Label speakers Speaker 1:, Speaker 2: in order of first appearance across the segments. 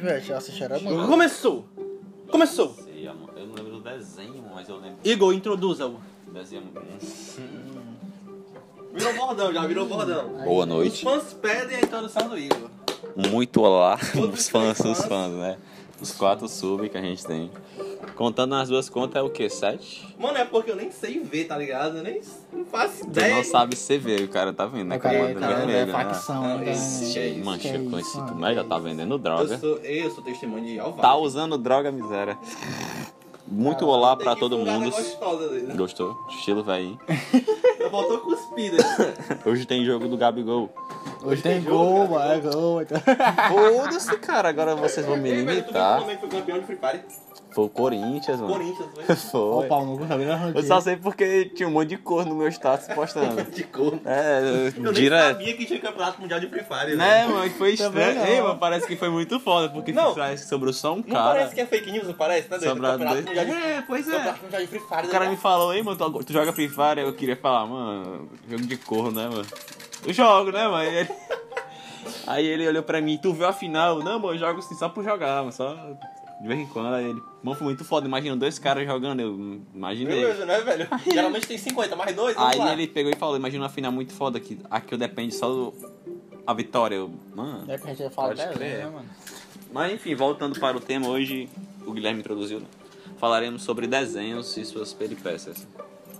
Speaker 1: velho, Chelsea era muito.
Speaker 2: Começou! Começou!
Speaker 3: Sei, eu não eu não lembro do desenho, mas eu lembro.
Speaker 2: Igor, introduza-o.
Speaker 3: do Desenho. um
Speaker 2: Virou bordão, já virou bordão.
Speaker 3: Boa
Speaker 2: Os
Speaker 3: noite.
Speaker 2: fãs pedem a introdução do Igor.
Speaker 3: Muito olá
Speaker 2: Todos
Speaker 3: os fãs,
Speaker 2: os
Speaker 3: os
Speaker 2: fãs.
Speaker 3: fãs, né? Os quatro sub que a gente tem. Contando nas duas contas é o quê? Sete?
Speaker 2: Mano, é porque eu nem sei ver, tá ligado? Eu nem não faço
Speaker 3: Tu
Speaker 2: ideia.
Speaker 3: não sabe se vê, o cara tá vindo, né?
Speaker 1: O cara
Speaker 3: Comando
Speaker 1: tá vendo, é
Speaker 3: vermelho, né?
Speaker 1: facção, né?
Speaker 2: Esse é isso.
Speaker 3: Mancha
Speaker 1: Que isso,
Speaker 3: com esse
Speaker 1: mano.
Speaker 3: mas já tá vendendo
Speaker 2: Eu
Speaker 3: droga.
Speaker 2: sou, eu sou testemunho de Jeová.
Speaker 3: Tá usando droga, miséria. Muito olá pra
Speaker 2: Ah, Tem que né?
Speaker 3: todo
Speaker 2: fungada
Speaker 3: mundo.
Speaker 2: gostosa dele.
Speaker 3: Gostou? Estilo velho.
Speaker 2: Eu voltou cuspida.
Speaker 3: Hoje tem jogo do Gabigol.
Speaker 1: Hoje tem gol, mano, é gol. então.
Speaker 3: Foda-se, cara. Agora vocês vão me
Speaker 2: Ei, velho, tu viu que o
Speaker 3: limitar.
Speaker 2: Flamengo foi campeão de Free Fire?
Speaker 3: Foi o Corinthians, mano.
Speaker 2: Corinthians, né? foi.
Speaker 1: Ó,
Speaker 3: Foi.
Speaker 1: o pau no gol, tá vendo?
Speaker 3: Eu só sei porque tinha um monte de cor no meu status postando.
Speaker 2: De cor.
Speaker 3: É,
Speaker 2: Eu nem
Speaker 3: direto.
Speaker 2: sabia né, que tinha campeonato mundial de Free Fire.
Speaker 3: Né,
Speaker 2: velho.
Speaker 3: mano, foi
Speaker 1: Também
Speaker 3: estranho.
Speaker 1: não.
Speaker 3: Ei, mano, parece que foi muito foda, porque
Speaker 2: Não.
Speaker 3: parece que sobrou só um
Speaker 2: Não
Speaker 3: cara.
Speaker 2: parece que é fake news, não parece? Tá doido?
Speaker 3: Sobrado
Speaker 2: Campeonato
Speaker 3: dois.
Speaker 2: mundial de
Speaker 3: É, pois é.
Speaker 2: Campeonato mundial de Free Fire.
Speaker 3: O cara me
Speaker 2: né?
Speaker 3: falou, ei, mano, tu, tu joga Free Fire? Eu queria falar, mano, jogo de corno, né, mano? Eu jogo, né, mano? E ele- Aí ele olhou pra mim, tu viu a final? Não, mano, eu jogo assim só por jogar, mano, só de vez em quando. Aí ele, mano, foi muito foda, imagina dois caras jogando, eu
Speaker 2: Meu
Speaker 3: imaginei.
Speaker 2: Deus, né, velho? Geralmente tem 50, mais dois. vamos
Speaker 3: Aí
Speaker 2: lá.
Speaker 3: ele pegou e falou, imagina uma final muito foda, que aqui eu depende só do... a vitória. Eu, mano...
Speaker 1: É que a gente fala
Speaker 3: Pode
Speaker 1: até
Speaker 3: crer.
Speaker 1: hoje, né, mano?
Speaker 3: Mas enfim, voltando para o tema, hoje o Guilherme introduziu, né? Falaremos sobre desenhos e suas peripécias.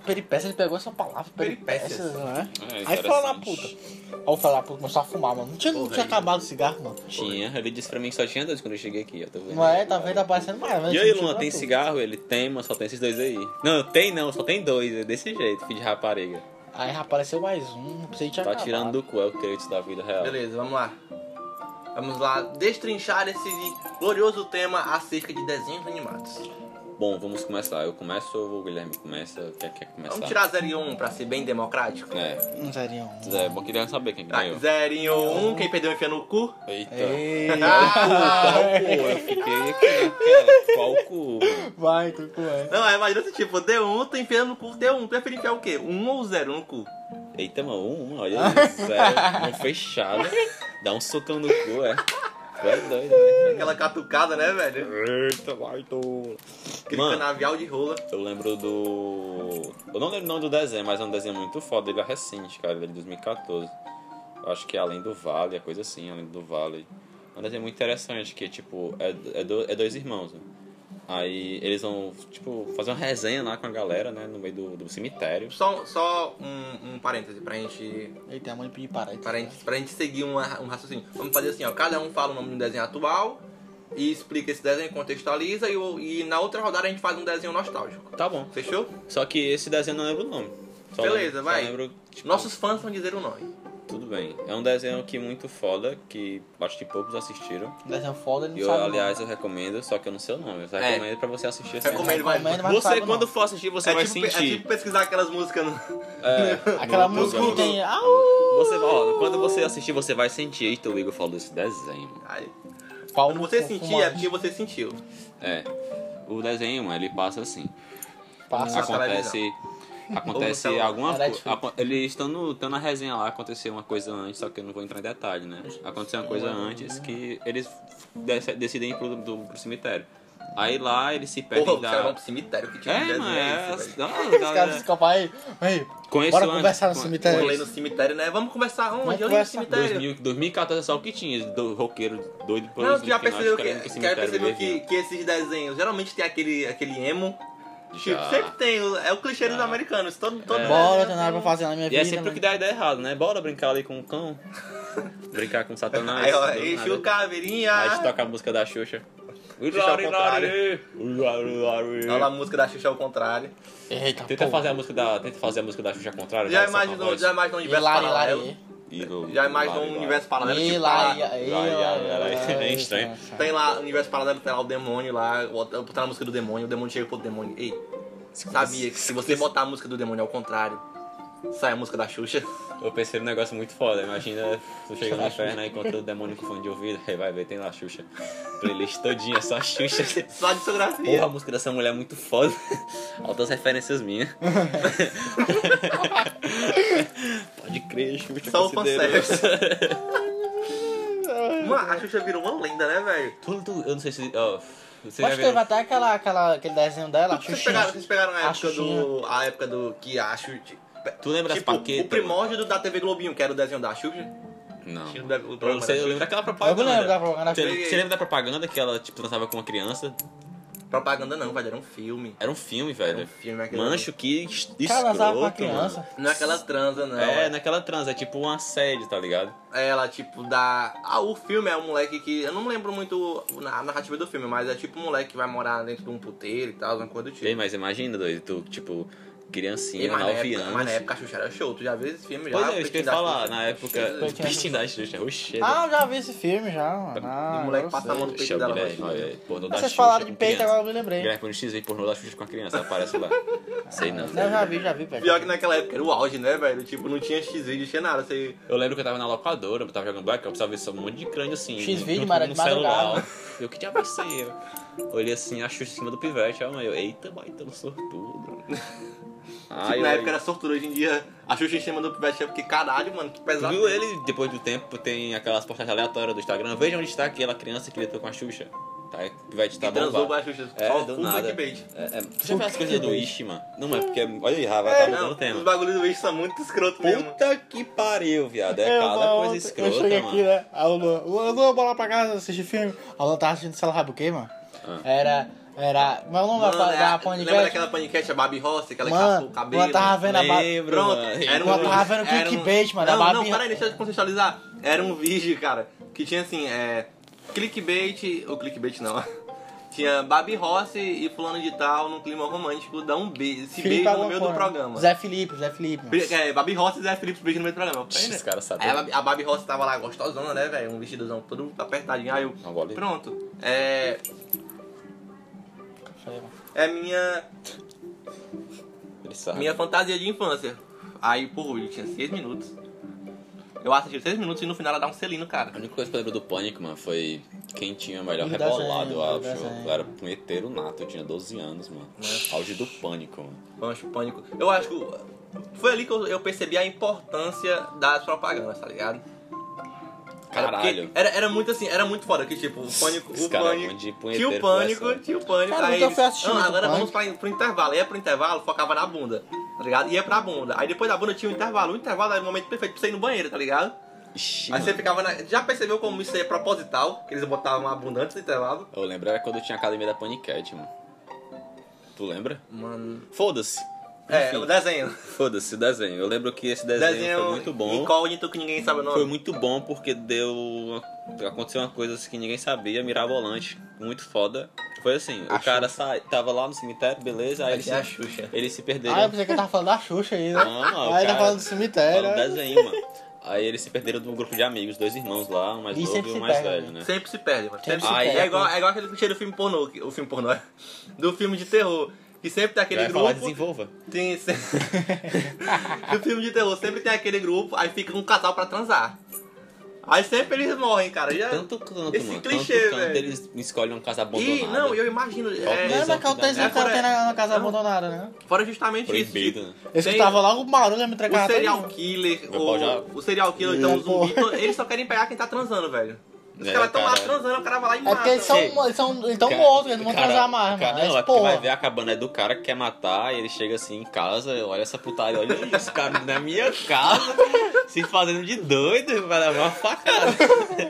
Speaker 1: Peripécias, ele pegou essa palavra,
Speaker 2: Peripécias.
Speaker 1: peripécias, né?
Speaker 3: É,
Speaker 1: Aí
Speaker 3: interessante.
Speaker 1: foi lá na puta. Aí foi lá na puta, começou a fumar, mano. Não tinha, não
Speaker 3: Porra,
Speaker 1: tinha
Speaker 3: aí.
Speaker 1: acabado o cigarro, mano.
Speaker 3: Tinha, ele disse pra mim que só tinha dois quando eu cheguei aqui, eu tô vendo.
Speaker 1: Não é? Tá vendo? Tá parecendo mais, né?
Speaker 3: E aí,
Speaker 1: Tinha
Speaker 3: Luan,
Speaker 1: pra
Speaker 3: tem
Speaker 1: tudo.
Speaker 3: cigarro? Ele tem, mas só tem esses dois aí. Não, tem não, só tem dois, é desse jeito, filho de rapariga.
Speaker 1: Aí apareceu mais um, não precisa tinha
Speaker 3: Tá
Speaker 1: acabado.
Speaker 3: tirando do cu, é o crédito da vida real.
Speaker 2: Beleza, vamos lá. Vamos lá destrinchar esse glorioso tema acerca de desenhos animados.
Speaker 3: Bom, vamos começar. Eu começo ou o Guilherme começa? Quer, quer começar?
Speaker 2: Vamos tirar 0 e 1 pra ser bem democrático?
Speaker 3: É,
Speaker 1: Não seria um.
Speaker 3: Zé, bom, queria saber quem
Speaker 2: Tá,
Speaker 3: ganhou.
Speaker 2: 0 e 1, quem perdeu enfia no cu.
Speaker 3: Eita.
Speaker 1: Ei,
Speaker 3: Qual cu? Eu fiquei aqui, cara. Qual cu? mano?
Speaker 1: vai, tu tu é.
Speaker 2: Não, é imagina se tipo, D1, tu enfia no cu, D1, tu prefere enfiar o quê? 1 ou 0 no cu?
Speaker 3: Eita, mano, um, um, olha, zero, mão fechada, dá um socão no cu, é. Tu é doido, né?
Speaker 2: Aquela catucada, né, velho?
Speaker 3: Eita, vai, tô.
Speaker 2: Aquele
Speaker 3: Mano,
Speaker 2: canavial de rola.
Speaker 3: eu lembro do. Eu não lembro o nome do desenho, mas é um desenho muito foda, ele é recente, cara, ele é de 2014. Eu acho que é Além do Vale, é coisa assim, Além do Vale. É um desenho muito interessante, que tipo, é, é, do- é dois irmãos, né? Aí eles vão, tipo, fazer uma resenha lá com a galera, né? No meio do, do cemitério.
Speaker 2: Só, só um, um parêntese pra gente
Speaker 1: Eita, a mãe pediu parede.
Speaker 2: Pra gente, pra gente seguir uma- um raciocínio. Vamos fazer assim, ó. Cada um fala o nome de um desenho atual e explica esse desenho, contextualiza e, o- e na outra rodada a gente faz um desenho nostálgico.
Speaker 3: Tá bom.
Speaker 2: Fechou?
Speaker 3: Só que esse desenho eu não lembro o nome. Só
Speaker 2: Beleza,
Speaker 3: lembro- só
Speaker 2: vai.
Speaker 3: lembro, tipo,
Speaker 2: Nossos fãs vão dizer o nome.
Speaker 3: Tudo bem. É um desenho aqui muito foda, que acho que poucos assistiram.
Speaker 1: Desenho é um foda, ele
Speaker 3: E
Speaker 1: não
Speaker 3: eu,
Speaker 1: sabe.
Speaker 3: aliás, eu recomendo, só que eu não sei o nome. Eu só
Speaker 2: É.
Speaker 3: recomendo pra você assistir esse
Speaker 2: Recomendo,
Speaker 3: desenho.
Speaker 2: vai.
Speaker 1: Recomendo, mas não
Speaker 3: Você,
Speaker 1: sabe,
Speaker 3: quando
Speaker 1: não.
Speaker 3: for assistir, você
Speaker 2: é,
Speaker 3: vai
Speaker 2: tipo, é
Speaker 3: sentir.
Speaker 2: tipo pesquisar aquelas músicas. No...
Speaker 3: É,
Speaker 1: Aquela
Speaker 3: no
Speaker 1: música que
Speaker 3: YouTube.
Speaker 1: tem. Au!
Speaker 3: Você, ó, quando você assistir, você vai sentir. Eita, o Igor falou desse desenho.
Speaker 2: Ai.
Speaker 1: Pau
Speaker 2: Quando você
Speaker 1: com
Speaker 2: sentir, é
Speaker 1: fumante.
Speaker 3: tipo,
Speaker 2: porque você sentiu.
Speaker 3: É. O desenho, ele passa assim. ah,
Speaker 1: Passa.
Speaker 2: Aco-
Speaker 3: acontece acontece
Speaker 2: Ou no celular.
Speaker 3: alguma
Speaker 1: Na
Speaker 3: coisa.
Speaker 1: Netflix.
Speaker 3: Eles estão no, estão na resenha lá, aconteceu uma coisa antes, só que eu não vou entrar em detalhe, né? Aconteceu uma coisa antes que eles dec- decidem ir pro, do- pro cemitério. Aí lá eles se perdem
Speaker 2: Porra, os caras vão
Speaker 3: da.
Speaker 2: pro cemitério. Que tipo de
Speaker 3: É,
Speaker 2: desenho
Speaker 3: mano,
Speaker 2: é
Speaker 3: é.
Speaker 2: esse, velho?
Speaker 3: não,
Speaker 1: Os
Speaker 3: galera,
Speaker 1: caras desculpa aí. Ei,
Speaker 3: conhece
Speaker 1: bora
Speaker 3: uma-
Speaker 1: conversar no
Speaker 3: uma-
Speaker 1: cemitério.
Speaker 2: Rolê no cemitério, né? Vamos conversar
Speaker 1: Vamos
Speaker 2: onde? Onde no
Speaker 1: conversar.
Speaker 2: cemitério?
Speaker 3: 2000, 2014 é só o que tinha, do roqueiro doido por
Speaker 2: Não, tu já percebeu que, já percebeu
Speaker 3: né?
Speaker 2: que, que esses desenhos geralmente tem aquele, aquele emo. Tipo,
Speaker 3: Já.
Speaker 2: sempre tem. o- É o clichê dos
Speaker 3: Já.
Speaker 2: americanos. Todo, todo
Speaker 3: É.
Speaker 1: Bora, tem nada pra fazer na minha
Speaker 3: E
Speaker 1: vida.
Speaker 3: é sempre o
Speaker 1: mano.
Speaker 3: que dá a ideia errada, né? Bora brincar ali com o cão. brincar com o satanás.
Speaker 2: Aí, ó,
Speaker 3: do
Speaker 2: enche
Speaker 3: nada. tá
Speaker 2: o ah, caveirinha.
Speaker 3: Aí a gente toca a música da Xuxa.
Speaker 2: Xuxa ao contrário. Olha a
Speaker 3: Olá,
Speaker 2: música da Xuxa ao contrário.
Speaker 1: Eita,
Speaker 3: Tenta
Speaker 1: tá porra.
Speaker 3: fazer a música da, tenta fazer a música da Xuxa ao contrário.
Speaker 2: Já
Speaker 3: vai, só com a
Speaker 2: imaginou,
Speaker 3: voz.
Speaker 2: já imaginou um
Speaker 1: E
Speaker 2: universo
Speaker 1: lari,
Speaker 2: paralelo?
Speaker 1: lari.
Speaker 2: Já imaginou um universo paralelo?
Speaker 1: E
Speaker 2: Tipo,
Speaker 1: lari,
Speaker 2: lá,
Speaker 1: e
Speaker 3: Lari,
Speaker 1: lari,
Speaker 3: lari,
Speaker 1: lari.
Speaker 3: lari. É estranho.
Speaker 2: tem lá, um universo paralelo, tem lá o demônio lá, bota- botar a música do demônio, o demônio chega pro outro demônio. Ei, sabia que se você botar a música do demônio ao contrário, sai a música da Xuxa.
Speaker 3: Eu pensei num negócio muito foda. Imagina tu chega no inferno e encontra o demônio com fone de ouvido. Aí vai ver, tem lá a Xuxa. Playlist todinha, só a Xuxa.
Speaker 2: Só de discografia.
Speaker 3: Porra, a música dessa mulher é muito foda. Altas referências minhas. Pode crer, Xuxa.
Speaker 2: Só o
Speaker 3: considerou.
Speaker 2: fanservice. Mano, a Xuxa virou uma lenda, né, velho?
Speaker 3: Tudo, eu não sei se. ó, vocês já
Speaker 1: Pode ter
Speaker 3: viram-
Speaker 1: até aquela, aquela, aquele desenho dela,
Speaker 2: Vocês
Speaker 1: Xuxinha.
Speaker 2: pegaram, vocês pegaram a
Speaker 1: A
Speaker 2: época do.
Speaker 1: Xuxinha.
Speaker 2: A época do que a Xuxa.
Speaker 3: Tu lembra
Speaker 2: Tipo,
Speaker 3: as paquetas?
Speaker 2: o primórdio do, da TV Globinho, que era o desenho da Xuxa.
Speaker 3: Não.
Speaker 2: Tinha o da- o
Speaker 3: Eu,
Speaker 2: programa
Speaker 3: sei,
Speaker 2: da
Speaker 3: eu
Speaker 2: Xuxa.
Speaker 3: lembro daquela propaganda.
Speaker 1: Eu lembro da propaganda.
Speaker 3: Você, você lembra da propaganda que ela, tipo, dançava com uma criança?
Speaker 2: Propaganda não, velho, era um filme.
Speaker 3: Era um filme, velho.
Speaker 2: Era um filme, aquele-
Speaker 3: Mancho que es- é escroto,
Speaker 1: Cara, dançava com a
Speaker 3: mano.
Speaker 1: criança.
Speaker 2: Não é aquela transa, não.
Speaker 3: É, naquela transa, é tipo um assédio, tá ligado?
Speaker 2: Ela, tipo, dá. Ah, o filme é um moleque que. Eu não lembro muito na- a narrativa do filme, mas é tipo um moleque que vai morar dentro de um puteiro e tal, uma coisa do tipo.
Speaker 3: Ei, mas imagina, doido, tu, tipo, criancinha,
Speaker 2: E, mas, na
Speaker 3: 9
Speaker 2: época, mas é
Speaker 3: anos.
Speaker 2: na época a Xuxa era show, tu já viu esse filme?
Speaker 3: Pois
Speaker 2: já,
Speaker 3: é, eu
Speaker 2: Peitinho
Speaker 3: esqueci de
Speaker 2: da
Speaker 3: falar,
Speaker 2: Xuxa?
Speaker 3: na época.
Speaker 2: Jesus.
Speaker 3: Peitinho da Xuxa, oxê.
Speaker 1: Ah, eu já vi esse filme já, mano. Ah,
Speaker 2: O moleque
Speaker 1: agora eu
Speaker 2: passa a
Speaker 1: sei. Ah,
Speaker 2: mão no
Speaker 3: Oxê,
Speaker 2: peito
Speaker 3: Tá, o
Speaker 2: dela.
Speaker 3: Guilherme, olha, pornô da
Speaker 1: né? Vocês
Speaker 3: Xuxa
Speaker 1: falaram
Speaker 3: com
Speaker 1: de peito,
Speaker 3: criança.
Speaker 1: agora eu me lembrei.
Speaker 3: Guilherme, quando X vem pornô da Xuxa com a criança, aparece lá. Sei não.
Speaker 1: Ah, Não, eu já vi, já vi, Pedro.
Speaker 2: Pior que naquela época era o auge, né, velho? Tipo, não tinha X-Video, tinha nada. Você...
Speaker 3: Eu lembro que eu tava na locadora, eu tava jogando Black Ops, tava vendo só um monte de crânio assim.
Speaker 1: X-Video,
Speaker 3: no-
Speaker 1: mas era
Speaker 3: no
Speaker 1: de madrugada.
Speaker 3: celular. Eu que diabo é isso aí? Eu Olhei assim, a Xuxa em cima do pivete, ó, mãe. Eu, eita, baitando sortudo.
Speaker 2: tipo,
Speaker 3: Aí
Speaker 2: na
Speaker 3: eu-
Speaker 2: época era sortura, hoje em dia a Xuxa em cima do pivete é porque caralho, mano, que
Speaker 3: Tu
Speaker 2: pesado.
Speaker 3: viu
Speaker 1: né?
Speaker 3: ele, depois do tempo, tem aquelas postagens aleatórias do Instagram. Veja onde está aquela criança que lutou com a Xuxa. Tá, vai te
Speaker 2: Que
Speaker 3: dar
Speaker 2: transou com
Speaker 3: bomba.
Speaker 2: a Xuxa.
Speaker 3: É,
Speaker 2: Só
Speaker 3: do
Speaker 2: full
Speaker 3: nada.
Speaker 2: clickbait.
Speaker 3: É, é, tu já viu as coisas do Ishi, mano? Não, mas é porque. Olha aí, Rafa, tá mudando
Speaker 2: É, Não,
Speaker 3: o
Speaker 2: os
Speaker 3: tema.
Speaker 2: bagulhos do bicho são muito escroto mesmo.
Speaker 3: Puta que pariu, viado. É
Speaker 1: Eu,
Speaker 3: cada
Speaker 1: mano,
Speaker 3: coisa
Speaker 1: Eu cheguei
Speaker 3: escrota,
Speaker 1: aqui,
Speaker 3: mano.
Speaker 1: né? A Lulu, Lulu, Lulu, bora lá pra casa assistir filme. A Lulu tava assistindo, sei lá, sabe o quê, mano?
Speaker 3: Ah.
Speaker 1: Era, era... Mas o nome da,
Speaker 2: Mano,
Speaker 1: da,
Speaker 2: é
Speaker 1: da
Speaker 2: a-
Speaker 1: Panicast?
Speaker 2: lembra daquela paniquete, a Babi Rossi, aquela que
Speaker 1: Mano,
Speaker 2: raspou o cabelo?
Speaker 1: ela tava vendo a Barbie.
Speaker 3: né? Lembro,
Speaker 2: Pronto,
Speaker 3: mano.
Speaker 2: era um
Speaker 1: Eu tava vendo
Speaker 2: era um-
Speaker 1: clickbait, mano, a
Speaker 2: Não, não,
Speaker 1: Barbie-
Speaker 2: peraí, deixa eu contextualizar. Era um vídeo, cara, que tinha assim, é. Clickbait. Ou clickbait não. Tinha Babi Rossi e fulano de tal num clima romântico, dá um beijo, se
Speaker 1: Felipe
Speaker 2: beijam no
Speaker 1: alguma
Speaker 2: meio do
Speaker 1: coisa.
Speaker 2: programa.
Speaker 1: Zé Felipe, Zé Felipe. mano.
Speaker 2: Pri- É, Babi Rossi e Zé Felipe se beijam no meio do programa.
Speaker 3: Ixi,
Speaker 2: Pera.
Speaker 3: os caras sabem.
Speaker 2: Aí a Babi- a Babi Rossi tava lá gostosona, né, velho? Um vestidozão todo apertadinho. Aí eu.
Speaker 3: Uma bolinha.
Speaker 2: Pronto. É.
Speaker 1: Isso aí, mano.
Speaker 2: É minha.
Speaker 3: Ele sabe.
Speaker 2: Minha fantasia de infância. Aí, por Rui, tinha seis minutos. Eu assisti seis minutos e no final ela dá um selinho, cara.
Speaker 3: A única coisa que eu lembro do Pânico, mano, foi quem tinha o melhor
Speaker 1: Do
Speaker 3: rebolado,
Speaker 1: desenho,
Speaker 3: eu
Speaker 1: do
Speaker 3: acho.
Speaker 1: desenho.
Speaker 3: Eu era punheteiro nato, eu tinha 12 anos, mano. Auge do Pânico, mano.
Speaker 2: Pancho, pânico. Eu acho que foi ali que eu, eu percebi a importância das propagandas, tá ligado? Cara, porque
Speaker 3: Caralho.
Speaker 2: Era, era muito assim, era muito foda que tipo, o pânico,
Speaker 3: Os
Speaker 2: o
Speaker 3: cara,
Speaker 2: pânico,
Speaker 3: um de
Speaker 2: tinha
Speaker 3: punheteiro
Speaker 2: o pânico,
Speaker 3: conversando.
Speaker 2: tinha o pânico,
Speaker 1: Cara,
Speaker 2: aí
Speaker 1: nunca fui
Speaker 2: eles,
Speaker 1: assistir
Speaker 2: "Ah,
Speaker 1: muito
Speaker 2: agora
Speaker 1: Pânico."
Speaker 2: vamos pra, pro intervalo. Ia pro intervalo, focava na bunda, tá ligado? Ia pra bunda. Aí depois da bunda tinha o intervalo. O intervalo era o momento perfeito pra você ir no banheiro, tá ligado?
Speaker 3: Ixi,
Speaker 2: Aí
Speaker 3: mano.
Speaker 2: você ficava na... Já percebeu como isso aí é proposital? Que eles botavam abundante no intervalo?
Speaker 3: Eu lembro era quando eu tinha a academia da Panicat, mano. Tu lembra?
Speaker 2: Mano...
Speaker 3: Foda-se.
Speaker 2: É,
Speaker 3: Enfim,
Speaker 2: o desenho.
Speaker 3: Foda-se, o desenho. Eu lembro que esse desenho,
Speaker 2: desenho
Speaker 3: foi muito bom.
Speaker 2: incógnito que ninguém sabe o nome.
Speaker 3: Foi muito bom porque deu. Aconteceu uma coisa assim que ninguém sabia, mirabolante. Muito foda. Foi assim, o
Speaker 2: Acho.
Speaker 3: cara sa... tava lá no cemitério, beleza, aí ele
Speaker 2: Aqui é a
Speaker 3: se...
Speaker 2: Xuxa.
Speaker 3: ele se perdeu.
Speaker 1: Ah, eu pensei que eu tava falando da Xuxa aí, né?
Speaker 3: Não,
Speaker 1: Aí
Speaker 3: não,
Speaker 1: tá
Speaker 3: Ah, cara-
Speaker 1: falando do cemitério.
Speaker 3: Fala
Speaker 1: né?
Speaker 3: do desenho, mano. Aí eles se perderam de um grupo de amigos, dois irmãos lá, um mais
Speaker 1: E
Speaker 3: novo
Speaker 1: sempre
Speaker 3: e um
Speaker 1: se
Speaker 3: mais
Speaker 1: perde,
Speaker 3: velho,
Speaker 1: né?
Speaker 3: né?
Speaker 2: Sempre se perde, mano.
Speaker 1: Sempre
Speaker 2: Sempre
Speaker 1: se
Speaker 2: se
Speaker 3: Ah,
Speaker 2: perde.
Speaker 3: é.
Speaker 2: É igual, é igual aquele clichê do filme pornô, que- o filme pornô é, do filme de terror. Que sempre tem aquele
Speaker 3: Vai
Speaker 2: grupo.
Speaker 3: falar, desenvolva.
Speaker 2: Tem se-
Speaker 3: É,
Speaker 2: No filme de terror sempre tem aquele grupo, aí fica um casal pra transar. Aí sempre eles morrem, cara. Já...
Speaker 1: Então,
Speaker 3: Tanto canto,
Speaker 2: Esse
Speaker 3: mano.
Speaker 2: clichê,
Speaker 3: tanto canto
Speaker 2: velho.
Speaker 3: eles escolhem um casa abandonada.
Speaker 2: E não, eu imagino. é,
Speaker 1: Não,
Speaker 3: Deus,
Speaker 1: mas
Speaker 3: ó,
Speaker 1: aquela
Speaker 3: que
Speaker 1: tesão que ela
Speaker 2: dá-
Speaker 1: tem na, na
Speaker 3: É
Speaker 1: casa
Speaker 2: Não.
Speaker 1: abandonada, né?
Speaker 2: Fora justamente
Speaker 3: Proibido,
Speaker 2: isso.
Speaker 3: né?
Speaker 2: tipo,
Speaker 1: Eu
Speaker 2: tem-
Speaker 1: escutava logo o barulho, eu me
Speaker 2: O
Speaker 1: trancava
Speaker 2: serial
Speaker 1: todo.
Speaker 2: killer,
Speaker 3: Meu
Speaker 2: o,
Speaker 3: pau já-
Speaker 2: o serial killer, então,
Speaker 1: Ih,
Speaker 2: o zumbi, to- eles só querem pegar quem tá transando, velho. Os
Speaker 3: É,
Speaker 2: caras tão lá
Speaker 3: cara.
Speaker 2: transando, o cara vai lá e
Speaker 1: É
Speaker 2: mata.
Speaker 1: porque eles são,
Speaker 3: Ei.
Speaker 1: eles são, eles tão
Speaker 3: Cara-
Speaker 1: mortos, eles não vão
Speaker 3: cara-
Speaker 1: transar mais,
Speaker 3: cara,
Speaker 1: mano.
Speaker 3: Não,
Speaker 1: Mas,
Speaker 3: é porque vai
Speaker 1: porra.
Speaker 3: ver a cabana é do cara que quer matar, e ele chega assim em casa, olha essa putaria, olha os caras na minha casa, se fazendo de doido, vai levar uma facada.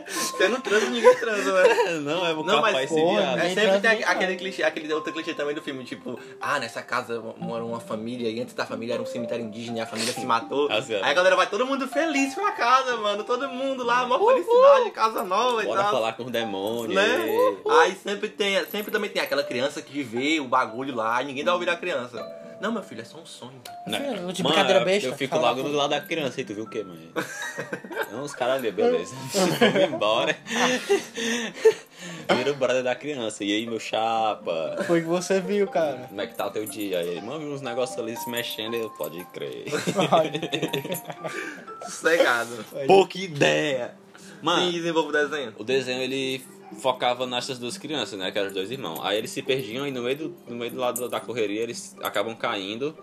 Speaker 2: Você não transa, ninguém transa, né? velho.
Speaker 3: Não, é o
Speaker 2: Não, mas,
Speaker 3: capaz esse
Speaker 1: porra,
Speaker 3: viado.
Speaker 1: né?
Speaker 2: É
Speaker 1: Nem
Speaker 2: sempre
Speaker 1: trans,
Speaker 2: tem
Speaker 1: nem
Speaker 2: aque- aquele
Speaker 1: trans.
Speaker 2: clichê, aquele outro clichê também do filme, tipo, ah, nessa casa mora uma família e antes da família era um cemitério indígena e a família se matou.
Speaker 3: Tá certo.
Speaker 2: Aí a galera vai todo mundo feliz pra casa, mano. Todo mundo lá, mó felicidade, casa nova e
Speaker 3: Bora
Speaker 2: tal.
Speaker 3: falar com o demônio.
Speaker 2: Tá. Né?
Speaker 3: e-
Speaker 2: Aí sempre tem, sempre também tem aquela criança que vê o bagulho lá e ninguém dá ouvir a criança. Não, meu filho, é só um sonho.
Speaker 1: Filho, de
Speaker 3: Né? Mano,
Speaker 1: brincadeira
Speaker 3: eu-
Speaker 1: besta,
Speaker 3: Eu fico
Speaker 1: fala
Speaker 3: logo
Speaker 1: tudo.
Speaker 3: do lado da criança e tu viu o quê, mãe? Não, os caras ali, beleza. Vamos embora. Vira o brother da criança. E aí, meu chapa?
Speaker 1: Foi o que você viu, cara.
Speaker 3: Como é que tá o teu dia? Aí, ele, mano, vi uns negócios ali se mexendo. Eu, pode crer.
Speaker 2: Sossegado.
Speaker 3: Pouca ideia. Mano,
Speaker 2: Sim, desenvolve o desenho.
Speaker 3: o desenho, ele focava nessas duas crianças, né? Que eram os dois irmãos. Aí eles se perdiam e no meio do, no meio do lado da correria eles acabam caindo.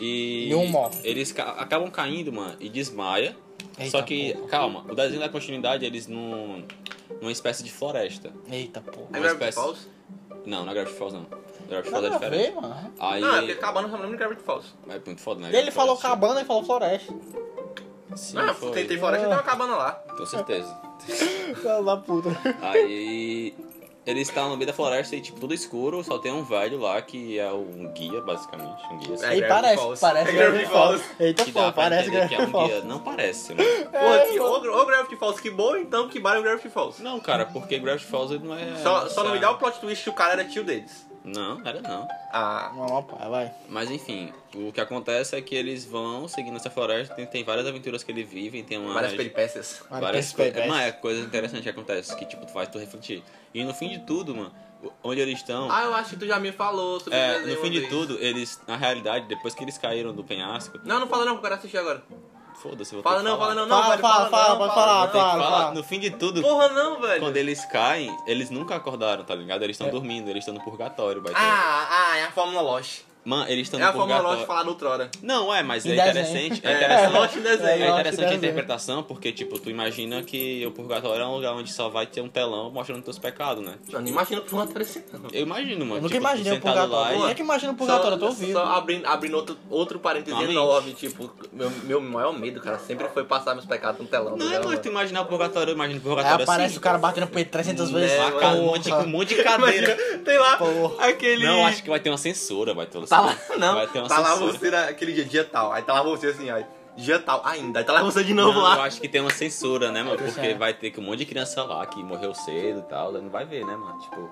Speaker 3: E
Speaker 1: E um morre.
Speaker 3: eles ca- acabam caindo, mano, e desmaia.
Speaker 1: Eita
Speaker 3: Só que,
Speaker 1: porra.
Speaker 3: calma, o desenho da continuidade, eles não. numa espécie de floresta.
Speaker 1: Eita, porra.
Speaker 2: É
Speaker 3: Uma
Speaker 2: Gravity
Speaker 3: espécie-
Speaker 2: Falls?
Speaker 3: Não, não é Gravity Falls, não. Gravity Falls é
Speaker 1: Nada a
Speaker 3: diferente.
Speaker 1: ver, mano.
Speaker 3: Aí.
Speaker 2: Não, é porque acabando não lembro de Gravity Falls.
Speaker 3: É muito foda, né?
Speaker 1: Ele falou
Speaker 3: Floresta.
Speaker 1: cabana e falou floresta.
Speaker 3: Sim,
Speaker 2: Ah,
Speaker 3: foi.
Speaker 2: tem, tem floresta e tem uma cabana lá.
Speaker 3: Com certeza.
Speaker 1: Filha da puta.
Speaker 3: Aí eles estavam no meio da floresta e tipo tudo escuro, só tem um velho lá que é um guia, basicamente. Um guia assim,
Speaker 2: É
Speaker 1: Aí
Speaker 2: Gravity
Speaker 1: parece,
Speaker 2: Falls.
Speaker 1: parece
Speaker 2: É
Speaker 1: Gravity
Speaker 2: Gravity
Speaker 1: Falls. Eita,
Speaker 3: que dá
Speaker 1: pô,
Speaker 3: pra
Speaker 1: parece
Speaker 3: entender que é
Speaker 1: Gravity
Speaker 3: um guia.
Speaker 1: Falls.
Speaker 3: Não parece, mano.
Speaker 1: É
Speaker 2: Pô, que, é ô, ô Gravity Falls, que bom então que vale o Gravity Falls.
Speaker 3: Não, cara, porque Gravity Falls ele não é.
Speaker 2: Só, só não me dá
Speaker 3: sabe?
Speaker 2: o plot twist que o cara era tio deles.
Speaker 3: Não, era não.
Speaker 2: Ah,
Speaker 1: Não, não, pai, vai.
Speaker 3: Mas enfim, o que acontece é que eles vão seguindo essa floresta, tem, tem várias aventuras que eles vivem, tem uma.
Speaker 2: várias peripécias.
Speaker 1: Vai,
Speaker 3: várias
Speaker 1: pense,
Speaker 3: coisas.
Speaker 1: pense.
Speaker 3: Não, é coisa interessante que acontece, que tipo, tu faz tu refletir. E no fim de tudo, mano, onde eles estão.
Speaker 2: Ah, eu acho que tu já me falou sobre
Speaker 3: É,
Speaker 2: o
Speaker 3: no
Speaker 2: desenho
Speaker 3: fim de
Speaker 2: dele.
Speaker 3: tudo, eles, na realidade, depois que eles caíram do penhasco,
Speaker 2: Não, não fala não, que eu quero assistir agora.
Speaker 3: foda-se, eu vou ter
Speaker 2: Fala
Speaker 3: que
Speaker 2: não,
Speaker 3: falar.
Speaker 2: fala não, não.
Speaker 1: Fala,
Speaker 2: velho,
Speaker 1: fala, fala,
Speaker 2: não,
Speaker 1: pode
Speaker 2: fala,
Speaker 1: falar,
Speaker 2: não.
Speaker 1: fala, fala.
Speaker 3: No fim de tudo,
Speaker 2: Porra não,
Speaker 3: quando
Speaker 2: velho.
Speaker 3: eles caem, eles nunca acordaram, tá ligado? Eles estão
Speaker 1: É.
Speaker 3: dormindo, eles estão no purgatório, baita.
Speaker 2: Ah, ah, é a Fórmula Lost.
Speaker 3: Mano, eles estão
Speaker 2: É
Speaker 3: no
Speaker 2: a Fórmula Lost
Speaker 3: purgatório.
Speaker 2: falada outrora.
Speaker 3: Não, é, mas
Speaker 1: Em
Speaker 3: é
Speaker 1: desenho.
Speaker 3: interessante.
Speaker 2: É,
Speaker 3: É interessante.
Speaker 2: Lost em desenho.
Speaker 3: É
Speaker 1: Lost
Speaker 3: interessante a
Speaker 1: desenho.
Speaker 3: interpretação, porque, tipo, tu imagina que o purgatório é um lugar onde só vai ter um telão mostrando teus pecados, né?
Speaker 2: Não, não imagina pro lado aparecer, não.
Speaker 3: Eu imagino, mano.
Speaker 1: Eu nunca
Speaker 3: tipo, tu
Speaker 1: imaginei o
Speaker 3: sentado lá
Speaker 1: purgatório.
Speaker 3: e-
Speaker 1: Quem é que imagina o purgatório? Eu tô
Speaker 2: Só-
Speaker 1: vivo.
Speaker 2: Só abrindo, abrindo outro, outro parêntese
Speaker 3: Amém.
Speaker 2: enorme, tipo, meu, meu maior medo, cara, sempre foi passar meus pecados no telão.
Speaker 3: Não
Speaker 2: né,
Speaker 3: é, mano,
Speaker 2: mano?
Speaker 3: tu imaginar o purgatório, eu imagino o
Speaker 1: Aí
Speaker 3: purgatório
Speaker 1: É, aparece
Speaker 3: assim.
Speaker 1: o cara É, batendo por 300
Speaker 2: Né,
Speaker 1: vezes.
Speaker 2: mano.
Speaker 3: cara, um monte, com um monte de cadeira.
Speaker 2: Imagina, tem lá
Speaker 1: Porra.
Speaker 2: aquele.
Speaker 3: Não, acho que vai ter uma censura, vai ter uma
Speaker 2: Tá lá,
Speaker 3: censura.
Speaker 2: não.
Speaker 3: Vai ter
Speaker 1: um
Speaker 3: uma
Speaker 2: tá lá
Speaker 3: censura.
Speaker 2: você naquele dia, dia tal. Aí tá lá você assim, ó. Dia tal ainda. Aí tá lá você de novo
Speaker 3: Não,
Speaker 2: lá.
Speaker 3: Eu acho que tem uma censura, né, mano? Porque
Speaker 1: Deixa.
Speaker 3: vai ter que um monte de criança lá que morreu cedo e tal, não vai ver, né, mano? Tipo.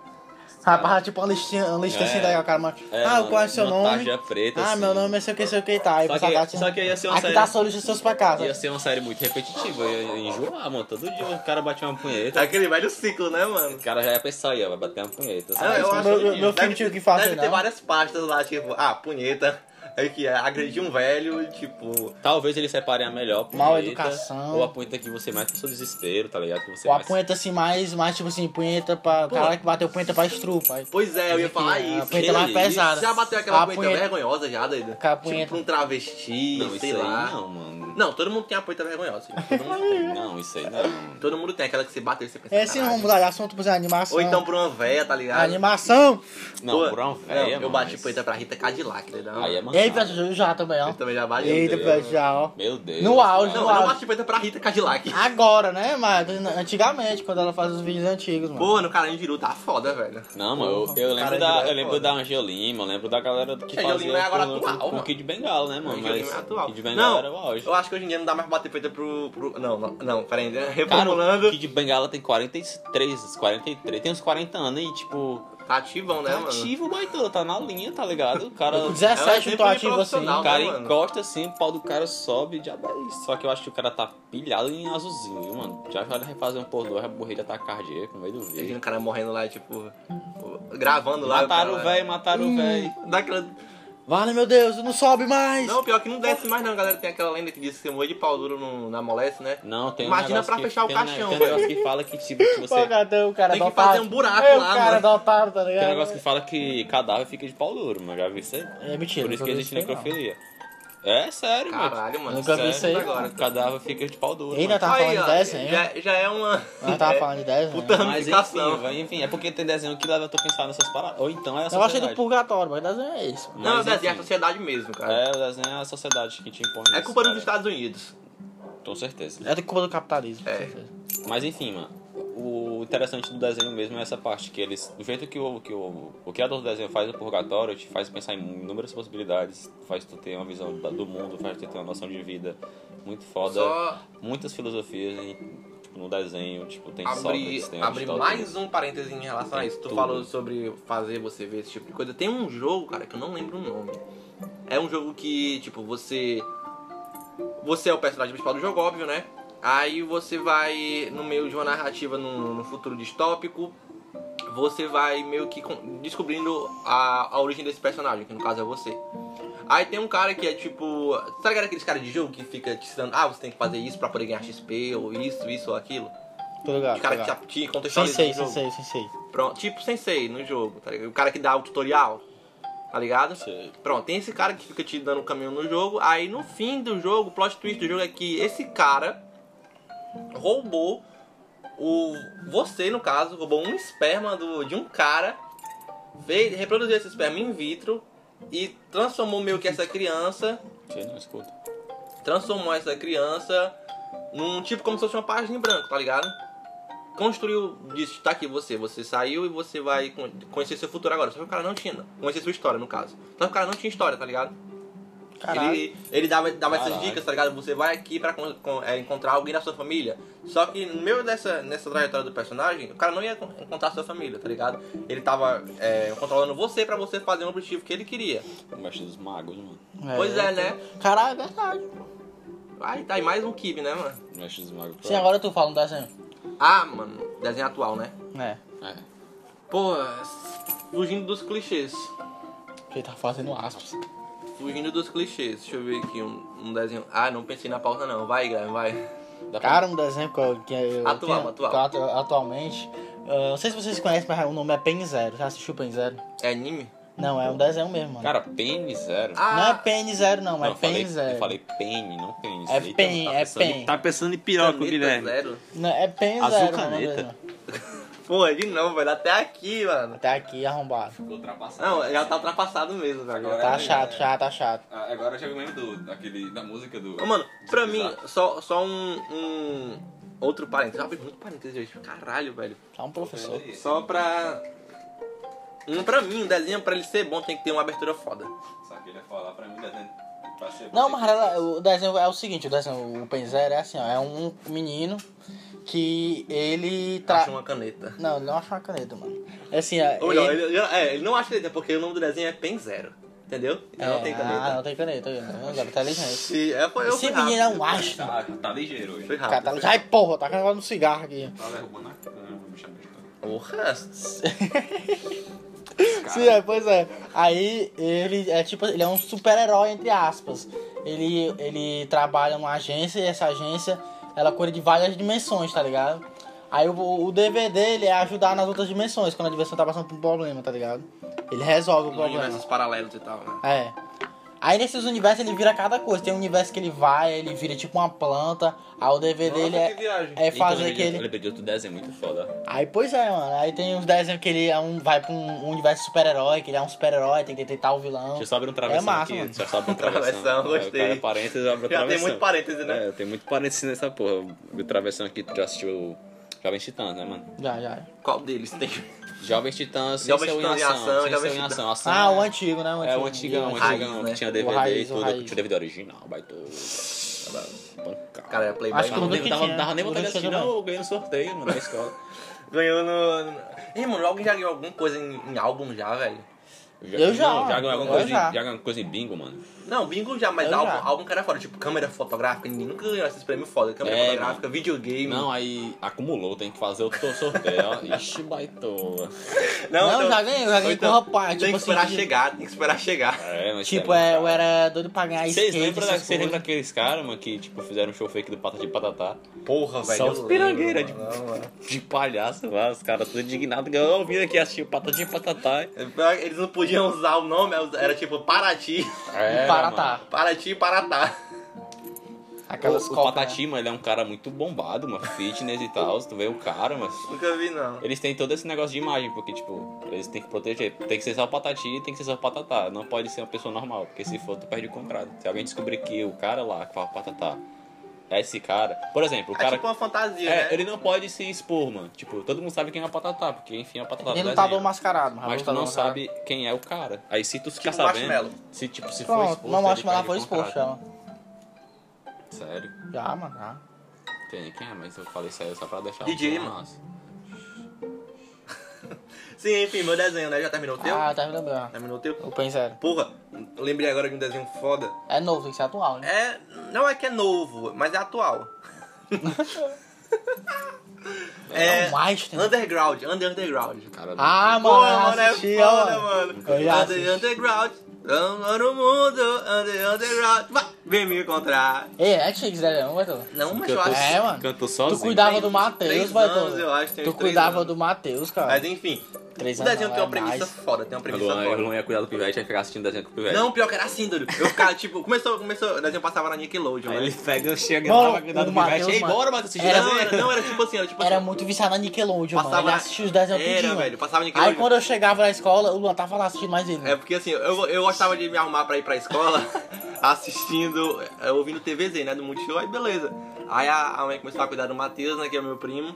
Speaker 1: Rapaz, tipo uma listinha, uma listinha
Speaker 3: É.
Speaker 1: assim daí, o cara, mas...
Speaker 3: É,
Speaker 1: ah,
Speaker 3: mano,
Speaker 1: qual é o seu
Speaker 3: uma
Speaker 1: nome?
Speaker 3: tarja preta,
Speaker 1: ah,
Speaker 3: assim.
Speaker 1: meu nome é sei o que, sei o que, tá. Aí
Speaker 3: Só
Speaker 1: passa
Speaker 3: que-
Speaker 1: a gatinha.
Speaker 3: só que ia ser uma
Speaker 1: Aqui
Speaker 3: série-
Speaker 1: tá a solução dos seus pra casa.
Speaker 3: Ia ser uma série muito repetitiva, ia ia enjoar, mano. Todo dia o cara bate uma punheta,
Speaker 2: Tá aquele velho ciclo, né, mano?
Speaker 3: o cara já é ia pensar aí, ó, vai bater uma punheta.
Speaker 2: Ah,
Speaker 3: sabe?
Speaker 1: eu- meu- meu-
Speaker 2: que
Speaker 1: meu
Speaker 2: deve
Speaker 1: filho tinha
Speaker 2: ter-
Speaker 1: que fazer,
Speaker 2: Deve ter
Speaker 1: não.
Speaker 2: várias pastas lá, tipo, ah, punheta. Aí que é, agredi um velho, tipo.
Speaker 3: Talvez eles separem a melhor punheta.
Speaker 1: Mal educação.
Speaker 3: Ou a punheta que você mais pro seu desespero, tá ligado? Que você
Speaker 1: Ou a
Speaker 3: mais...
Speaker 1: punheta assim, mais, mais tipo assim, punheta pra. O cara que bateu punheta pra estrupa. Aí,
Speaker 2: Pois é, eu ia falar
Speaker 1: a
Speaker 2: isso.
Speaker 1: punheta mais
Speaker 3: isso.
Speaker 1: pesada.
Speaker 2: Já bateu aquela
Speaker 1: A
Speaker 2: punheta, vergonhosa já, doido?
Speaker 1: Aquela
Speaker 2: Tipo,
Speaker 1: punheta.
Speaker 2: pra um travesti,
Speaker 3: Não, isso
Speaker 2: sei
Speaker 3: aí
Speaker 2: lá.
Speaker 3: não, mano.
Speaker 2: Não, todo mundo tem a punheta vergonhosa. assim. Todo mundo,
Speaker 3: Não, isso aí não, mano.
Speaker 2: todo mundo tem aquela que você bateu e você pensa.
Speaker 1: É assim,
Speaker 2: "Caralho".
Speaker 1: vamos mudar de assunto pra animação. É
Speaker 2: Ou então pra uma véia, tá ligado?
Speaker 1: Animação!
Speaker 3: Não,
Speaker 2: Pô,
Speaker 3: por uma véia,
Speaker 2: não,
Speaker 3: mano.
Speaker 2: Eu bati
Speaker 3: mas-
Speaker 2: punheta pra Rita Cadillac, né? Não.
Speaker 3: Aí é mancada.
Speaker 1: Eita, Juju já também, ó.
Speaker 2: Eu também já bati.
Speaker 1: Eita,
Speaker 2: entendeu?
Speaker 1: Juju já, ó.
Speaker 3: Meu Deus.
Speaker 1: No auge,
Speaker 3: mano.
Speaker 2: Não, eu não bati punheta pra Rita Cadillac.
Speaker 3: Ah,
Speaker 1: Agora, né, mas antigamente, quando ela faz os vídeos antigos, mano.
Speaker 2: Pô, no cara Jiru tá foda, velho.
Speaker 3: Não, mano, eu, eu lembro,
Speaker 2: Cara,
Speaker 3: da,
Speaker 2: ele é
Speaker 3: eu lembro
Speaker 2: foda.
Speaker 3: da Angelima, eu lembro da galera que
Speaker 2: Angelima
Speaker 3: fazia
Speaker 2: é agora
Speaker 3: com,
Speaker 2: atual,
Speaker 3: com, com
Speaker 2: mano.
Speaker 3: Kid Bengala, né, mano?
Speaker 2: Angelima
Speaker 3: Mas
Speaker 2: é atual.
Speaker 3: Kid Bengala
Speaker 2: Não,
Speaker 3: era o auge.
Speaker 2: Eu acho que hoje em dia não dá mais bater punheta pro. pro- Não, não, não, peraí, né?
Speaker 3: Cara,
Speaker 2: reformulando.
Speaker 3: o Kid Bengala tem 43, 43, tem uns 40 anos e, tipo,
Speaker 2: Tá ativão, né,
Speaker 3: tá
Speaker 2: mano?
Speaker 3: ativo o baitola, tá na linha, tá ligado? O cara,
Speaker 1: Com
Speaker 3: o
Speaker 1: 17 eu tô
Speaker 2: É um exemplo de
Speaker 1: ativo assim.
Speaker 2: profissional.
Speaker 3: cara
Speaker 2: né, mano?
Speaker 3: encosta assim, o pau do cara sobe, diabo é isso. Só que eu acho que o cara tá pilhado em azulzinho, viu, mano? Já já ele refazer um pôr do ar, a borrilha tá cardíaca no meio do
Speaker 2: Imagina
Speaker 3: vídeo.
Speaker 2: o cara morrendo lá, tipo. o- Gravando lá.
Speaker 3: Mataram o
Speaker 2: cara- né?
Speaker 3: velho, mataram o velho.
Speaker 2: Dá aquela.
Speaker 1: Vale, meu Deus, não sobe mais!
Speaker 2: Não, pior que não desce mais não, galera. Tem aquela lenda que diz que você morre de pau duro não, não amolece, né?
Speaker 3: Não, tem um
Speaker 2: Imagina
Speaker 3: negócio
Speaker 2: pra
Speaker 3: que-
Speaker 2: fechar o
Speaker 3: tem um ne-
Speaker 2: caixão.
Speaker 3: Tem um negócio que fala que, tipo, que
Speaker 1: Pô,
Speaker 3: você...
Speaker 1: cadê o cara
Speaker 2: Tem que
Speaker 1: dotado?
Speaker 2: fazer um buraco
Speaker 1: é,
Speaker 2: lá,
Speaker 1: o cara
Speaker 2: mano.
Speaker 1: dotado, tá
Speaker 3: Tem
Speaker 1: ligado?
Speaker 3: um negócio que fala que cadáver fica de pau duro, mano. Já vi isso aí.
Speaker 1: É mentira.
Speaker 3: Por
Speaker 1: nunca
Speaker 3: isso que
Speaker 1: vi
Speaker 3: existe
Speaker 1: aí, não.
Speaker 3: necrofilia. É sério, mano.
Speaker 2: Caralho, tá mano.
Speaker 1: Nunca vi
Speaker 2: sério,
Speaker 1: isso aí.
Speaker 2: Agora.
Speaker 3: Cadáver fica de pau duro.
Speaker 1: Eita,
Speaker 3: mano.
Speaker 1: tava
Speaker 2: Aí,
Speaker 1: falando
Speaker 2: ó,
Speaker 1: de desenho.
Speaker 2: já, já é uma.
Speaker 1: Ela tava falando de 10, né?
Speaker 2: Puta
Speaker 3: Mas
Speaker 2: ramificação.
Speaker 3: enfim, vai, enfim, é porque tem desenho que leva tu a pensar nessas paradas. Ou então é a
Speaker 1: Eu achei
Speaker 3: sociedade.
Speaker 1: do purgatório, mas desenho é isso.
Speaker 2: Não,
Speaker 3: Mas,
Speaker 2: é verdade, é a
Speaker 3: enfim.
Speaker 2: sociedade mesmo, cara.
Speaker 3: É, o desenho é a sociedade que te impõe
Speaker 2: É,
Speaker 3: isso,
Speaker 2: culpa dos
Speaker 3: cara.
Speaker 2: Estados Unidos.
Speaker 3: Com certeza.
Speaker 1: É do culpa do capitalismo.
Speaker 2: É.
Speaker 1: com certeza.
Speaker 3: Mas enfim, mano. O interessante do desenho mesmo é essa parte, que eles. Do jeito que o, que o, o criador do desenho faz o purgatório, te faz pensar em inúmeras possibilidades, faz tu ter uma visão da- do mundo, faz tu ter uma noção de vida muito foda.
Speaker 2: Só
Speaker 3: muitas filosofias em- tipo, no desenho, tipo, tem
Speaker 2: abrir,
Speaker 3: Sócrates, tem
Speaker 2: abrir
Speaker 3: Aristóteles.
Speaker 2: mais um parêntese em relação a isso. Tu
Speaker 3: tudo.
Speaker 2: falou sobre fazer você ver esse tipo de coisa. Tem um jogo, cara, que eu não lembro o nome. É um jogo que, tipo, você. Você é o personagem principal do jogo, óbvio, né? Aí você vai, no meio de uma narrativa num, num futuro distópico, você vai meio que con- descobrindo a, a origem desse personagem, que no caso é você. Aí tem um cara que é tipo. Tá ligado aqueles caras de jogo que fica te ensinando, ah, você tem que fazer isso pra poder ganhar XP, ou isso, isso ou aquilo?
Speaker 1: Tô ligado.
Speaker 2: O cara
Speaker 1: tô
Speaker 2: que
Speaker 1: ligado.
Speaker 2: te, te contextualiza
Speaker 1: Sensei,
Speaker 2: no jogo.
Speaker 1: sensei, sensei.
Speaker 2: Pronto, tipo sensei no jogo, tá ligado? O cara que dá o tutorial, tá ligado?
Speaker 3: Sei.
Speaker 2: Pronto, tem esse cara que fica te dando o caminho no jogo. Aí no fim do jogo, o plot twist do jogo é que esse cara roubou o você, no caso, roubou um esperma do, de um cara, fez, reproduziu esse esperma in vitro e transformou meio que essa criança,
Speaker 3: Você não escuta.
Speaker 2: transformou essa criança num tipo como se fosse uma página em branco, tá ligado? Construiu, disse, tá aqui você, você saiu e você vai con- conhecer seu futuro agora. Só que o cara não tinha, conhecer sua história, no caso. Só que o cara não tinha história, tá ligado?
Speaker 1: Caralho.
Speaker 2: Ele, ele dava, dava essas
Speaker 3: Caralho.
Speaker 2: dicas, tá ligado? Você vai aqui pra con- con- é, encontrar alguém da sua família. Só que no meio dessa nessa trajetória do personagem, o cara não ia con- encontrar a sua família, tá ligado? Ele tava é, controlando você pra você fazer um objetivo que ele queria.
Speaker 3: Eu gosto dos magos, mano.
Speaker 2: Pois é, né?
Speaker 1: Caralho, é verdade. pô.
Speaker 2: Aí tá aí mais um kibe, né, mano?
Speaker 3: Eu gosto dos magos.
Speaker 1: Sim, agora tu fala um desenho.
Speaker 2: Ah, mano, desenho atual, né?
Speaker 1: É.
Speaker 3: É.
Speaker 2: Pô, fugindo dos clichês.
Speaker 1: Ele tá fazendo aspas.
Speaker 2: Fugindo dos clichês. Deixa eu ver aqui um, um desenho. Ah, não pensei na pauta não. Vai, Guilherme, vai.
Speaker 3: Dá pra-
Speaker 1: Cara, um desenho que eu. Que eu
Speaker 2: Atual,
Speaker 1: tenho-
Speaker 2: atual.
Speaker 1: que eu atu- atualmente. ah, não sei se vocês conhecem, mas o nome é Pen Zero. Já assistiu Pen Zero?
Speaker 2: É anime? Ah,
Speaker 1: Não, é um desenho mesmo, mano.
Speaker 3: Cara, Penny Zero.
Speaker 1: não é Pen Zero, não, é
Speaker 3: eu falei,
Speaker 1: Pen Zero.
Speaker 3: Eu falei Penny, não Penny.
Speaker 1: É Penny,
Speaker 3: Eita, tá
Speaker 1: é
Speaker 3: pensando em-
Speaker 1: Penny.
Speaker 4: Tá pensando em
Speaker 3: é
Speaker 4: piroca,
Speaker 2: Caneta
Speaker 4: Guilherme.
Speaker 2: Zero.
Speaker 1: Não, é Pen
Speaker 4: Azul
Speaker 1: Zero, mano.
Speaker 4: caneta.
Speaker 1: mesmo.
Speaker 2: Pô, é de novo, velho. Até aqui, mano.
Speaker 1: Tá aqui arrombado.
Speaker 3: Ficou ultrapassado.
Speaker 2: Não, já tá ultrapassado mesmo, velho.
Speaker 3: Agora
Speaker 1: Tá
Speaker 3: É,
Speaker 1: chato,
Speaker 3: é.
Speaker 1: já tá chato.
Speaker 3: Ah, Agora eu já lembro do, daquele, da música do.
Speaker 2: Ô, Ah, Mano, pra
Speaker 3: do
Speaker 2: mim,
Speaker 3: Bizarro.
Speaker 2: só, só um, um outro parênteses. Eu abri muito parênteses hoje. Caralho, velho.
Speaker 1: Tá um professor.
Speaker 3: Isso.
Speaker 2: Só pra... Um, pra mim, um desenho, pra ele ser bom, tem que ter uma abertura foda.
Speaker 3: Só que ele ia falar pra mim, né? Pra ser
Speaker 1: Não,
Speaker 3: bom,
Speaker 1: mas ela- o desenho é o seguinte, o desenho, o Pen Zero é assim, ó, é um menino que ele tra...
Speaker 2: Acha uma caneta.
Speaker 1: Não, ele não acha uma caneta, mano. É assim, ó,
Speaker 2: Ou melhor, ele, é, ele não acha caneta, porque o nome do desenho é Pen Zero. Entendeu? Então não
Speaker 1: É,
Speaker 2: tem
Speaker 1: Ah, não
Speaker 2: caneta.
Speaker 1: tem caneta, viu? Não, Agora tá ligado.
Speaker 2: Se, é, foi, eu
Speaker 1: Esse
Speaker 2: fui
Speaker 1: menino
Speaker 2: rápido.
Speaker 1: é um astro.
Speaker 3: Tá, tá ligeiro
Speaker 2: Fui
Speaker 3: hoje.
Speaker 1: Cara,
Speaker 2: rápido.
Speaker 1: tá ligado. Ai, porra, tá com negócio no cigarro aqui.
Speaker 3: Tá derrubando a cama, vou me chamar de cara.
Speaker 2: Porra.
Speaker 1: Sim, é, pois é. Aí ele é tipo, ele é um super-herói, entre aspas. Ele, ele trabalha numa agência e essa agência ela cuida de várias dimensões, tá ligado? Aí o, o dever dele é ajudar nas outras dimensões, quando a dimensão tá passando por um problema, tá ligado? Ele resolve o
Speaker 2: Os
Speaker 1: problema.
Speaker 2: universos paralelos e tal, né?
Speaker 1: É. Aí nesses universos ele vira cada coisa. Tem um universo que ele vai, ele vira tipo uma planta. Aí o dever dele é,
Speaker 2: Nossa, que viagem.
Speaker 1: é
Speaker 3: Então,
Speaker 1: fazer
Speaker 3: eu lembrei de-
Speaker 1: aquele.
Speaker 3: Eu lembrei de outro desenho muito foda.
Speaker 1: Aí, pois é, mano. Aí tem uns desenhos que ele é um, vai pra um universo super-herói, que ele é um super-herói, tem que tentar o vilão.
Speaker 3: Deixa eu só abrir um travessão
Speaker 1: É massa,
Speaker 3: aqui.
Speaker 1: mano.
Speaker 3: Deixa eu só abrir um travessão.
Speaker 2: Travessão, gostei.
Speaker 3: Eu quero parênteses, eu abro
Speaker 2: Já
Speaker 3: um
Speaker 2: tem
Speaker 3: travessão.
Speaker 2: muito parênteses, né?
Speaker 3: É, eu tenho muito parênteses nessa porra. O travessão aqui, tu já assistiu Jovens Titãs, né, mano?
Speaker 1: Já, já.
Speaker 2: Qual deles tem?
Speaker 3: Jovens Titãs, sem
Speaker 2: Jovens
Speaker 3: ser o em
Speaker 2: Titãs em
Speaker 3: ação.
Speaker 2: ação,
Speaker 3: sem
Speaker 2: Jovens
Speaker 3: ser o em
Speaker 2: Titãs.
Speaker 3: ação. ação
Speaker 1: Ah,
Speaker 3: é-
Speaker 1: o antigo, né? O
Speaker 3: É
Speaker 1: antigo,
Speaker 3: o antigão, o
Speaker 1: antigo.
Speaker 2: raiz,
Speaker 3: antigão,
Speaker 2: né?
Speaker 3: que tinha
Speaker 1: O
Speaker 3: DVD
Speaker 1: raiz,
Speaker 3: e
Speaker 1: o
Speaker 3: tudo,
Speaker 1: raiz.
Speaker 3: que tinha DVD original, baito.
Speaker 2: Cara, é Playboy.
Speaker 1: Acho que
Speaker 2: não
Speaker 1: eu
Speaker 2: tem
Speaker 1: nunca
Speaker 3: dava,
Speaker 1: tinha.
Speaker 3: dava nem vontade de
Speaker 1: Durante
Speaker 3: assistir,
Speaker 1: a
Speaker 3: não, eu ganhei no sorteio, mano, na escola.
Speaker 1: um-
Speaker 2: Ganhou no. Ih, mano, alguém já ganhou alguma coisa em, em álbum já, velho?
Speaker 1: Eu já,
Speaker 3: não, já ganhei
Speaker 1: eu
Speaker 3: alguma coisa,
Speaker 1: já.
Speaker 3: Em, já ganhei alguma coisa em bingo, mano.
Speaker 2: Não, bingo já, mas
Speaker 1: Eu
Speaker 2: álbum,
Speaker 1: já.
Speaker 2: álbum que era foda. Tipo, câmera fotográfica, ninguém nunca ganhou esses prêmios foda. Câmera
Speaker 3: É,
Speaker 2: fotográfica, videogame.
Speaker 3: Não, aí acumulou, tem que fazer outro sorteio, ó. Ixi, baitola.
Speaker 1: Não,
Speaker 2: então-
Speaker 1: já ganhei, eu já ganhei
Speaker 2: então,
Speaker 1: com o rapaz, tipo
Speaker 2: Tem que
Speaker 1: assim,
Speaker 2: esperar
Speaker 1: de-
Speaker 2: chegar, tem que esperar chegar.
Speaker 3: É, mas
Speaker 1: Tipo,
Speaker 3: isso
Speaker 1: é,
Speaker 3: muito
Speaker 1: eu era doido pra ganhar
Speaker 3: Vocês
Speaker 1: skate,
Speaker 3: lembram, da,
Speaker 1: essas
Speaker 3: vocês lembram
Speaker 1: coisas.
Speaker 3: daqueles caras, mano, que tipo, fizeram um show fake do Pata de Patatá?
Speaker 2: Porra, velho.
Speaker 3: Só
Speaker 2: eu
Speaker 1: um
Speaker 3: os pirangueira
Speaker 2: lembro, mano, mano.
Speaker 3: De palhaço, mano, os caras tudo indignados. Eu vim aqui assistir o Pata de Patatá.
Speaker 2: É Eles não podiam usar o nome, era tipo Paraty.
Speaker 3: É,
Speaker 1: Paratá.
Speaker 2: Paraty e Paratá.
Speaker 1: Aquelas
Speaker 3: o, o
Speaker 1: copas, né?
Speaker 3: Patati, mano, ele é um cara muito bombado, mano. Fitness e tal. Tu vê o cara, mas.
Speaker 2: Nunca vi, não.
Speaker 3: Eles têm todo esse negócio de imagem, porque, tipo, eles têm que proteger. Tem que ser só o Patati e tem que ser só o Patatá. Não pode ser uma pessoa normal, porque se for, tu perde o contrato. Se alguém descobrir que o cara lá que fala Patatá é esse cara. Por exemplo, o
Speaker 2: É
Speaker 3: cara.
Speaker 2: tipo uma fantasia, né?
Speaker 3: É, ele não pode se expor, mano. Tipo, todo mundo sabe quem é o Patatá, porque, enfim, é o Patatá
Speaker 1: Ele
Speaker 3: do
Speaker 1: não tá
Speaker 3: desenho.
Speaker 1: bom mascarado, mas
Speaker 3: Mas tu não sabe quem é o cara. Aí se tu ficar
Speaker 2: Tipo
Speaker 3: sabendo.
Speaker 2: Marshmallow.
Speaker 3: Se, tipo, se for
Speaker 1: Pronto,
Speaker 3: exposto.
Speaker 1: não,
Speaker 3: ele
Speaker 1: acho que ela
Speaker 3: perde
Speaker 1: foi é.
Speaker 3: o contrato.
Speaker 1: exposto, ela.
Speaker 3: Sério.
Speaker 1: Já, mano, já.
Speaker 3: Tem quem é, mas eu falei sério só pra deixar.
Speaker 2: DJ, mano.
Speaker 3: Nossa.
Speaker 2: Sim, enfim, meu desenho, né? Já terminou o teu?
Speaker 1: Ah, tá me lembrando.
Speaker 2: Terminou o teu?
Speaker 1: O Pen Zero.
Speaker 2: Porra, eu lembrei agora de um desenho foda.
Speaker 1: É novo, tem que ser atual, né?
Speaker 2: É, não é que é novo, mas é atual. é,
Speaker 1: um Einstein.
Speaker 2: underground, under- underground.
Speaker 3: Cara,
Speaker 1: Ah, mano,
Speaker 2: É. Pô,
Speaker 1: eu
Speaker 2: mano, é
Speaker 1: assisti, ó.
Speaker 2: foda, mano.
Speaker 1: Eu já
Speaker 2: Under-
Speaker 1: assisti.
Speaker 2: underground, lá no mundo, under- underground. Vai, Vem me encontrar.
Speaker 1: Ei, é antigo esse desenho, não, Bartolo?
Speaker 2: Não, mas eu
Speaker 3: Cantou-
Speaker 2: acho.
Speaker 1: É, mano.
Speaker 3: Cantou
Speaker 1: Tu
Speaker 3: sozinho.
Speaker 1: cuidava
Speaker 2: Tem
Speaker 1: do
Speaker 2: uns
Speaker 1: Matheus,
Speaker 2: três
Speaker 1: Bartolo.
Speaker 2: anos, eu acho, tem
Speaker 1: Tu
Speaker 2: uns três
Speaker 1: cuidava
Speaker 2: anos.
Speaker 1: do Matheus, cara.
Speaker 2: Mas enfim.
Speaker 1: Três
Speaker 2: o
Speaker 1: anos
Speaker 2: desenho
Speaker 1: não,
Speaker 2: tem uma
Speaker 1: é
Speaker 2: premissa
Speaker 1: mais.
Speaker 2: foda, tem uma premissa
Speaker 3: Luan,
Speaker 2: foda.
Speaker 3: "Ah, eu não é. ia cuidar do pivete, ia ficar assistindo desenho com o pivete.
Speaker 2: Não, pior que era assim, doido. Eu ficava, tipo, começou, começou, o desenho passava na Nickelodeon,
Speaker 3: Aí
Speaker 2: né?
Speaker 3: ele pega, chega,
Speaker 1: Mano,
Speaker 3: tava cuidando
Speaker 1: o
Speaker 3: do pivete.
Speaker 1: Matheus,
Speaker 3: Ei,
Speaker 1: mano, É.
Speaker 3: bora, Matheus,
Speaker 1: era-
Speaker 2: Não, era, não, era tipo assim, era tipo
Speaker 1: Era
Speaker 2: assim.
Speaker 1: muito viciado na Nickelodeon,
Speaker 2: Passava
Speaker 1: mano. Ele
Speaker 2: na-
Speaker 1: assistia os desenhos
Speaker 2: Era,
Speaker 1: tudinho.
Speaker 2: velho, passava Nickelodeon.
Speaker 1: Aí quando eu chegava na escola, o Luan tava lá assistindo mais ele.
Speaker 2: É porque assim, eu, eu gostava de me arrumar pra ir pra escola assistindo, eh, ouvindo TVZ, né? Do Multishow, aí beleza. Aí a, a mãe começou a cuidar do Matheus, né? Que é o meu primo.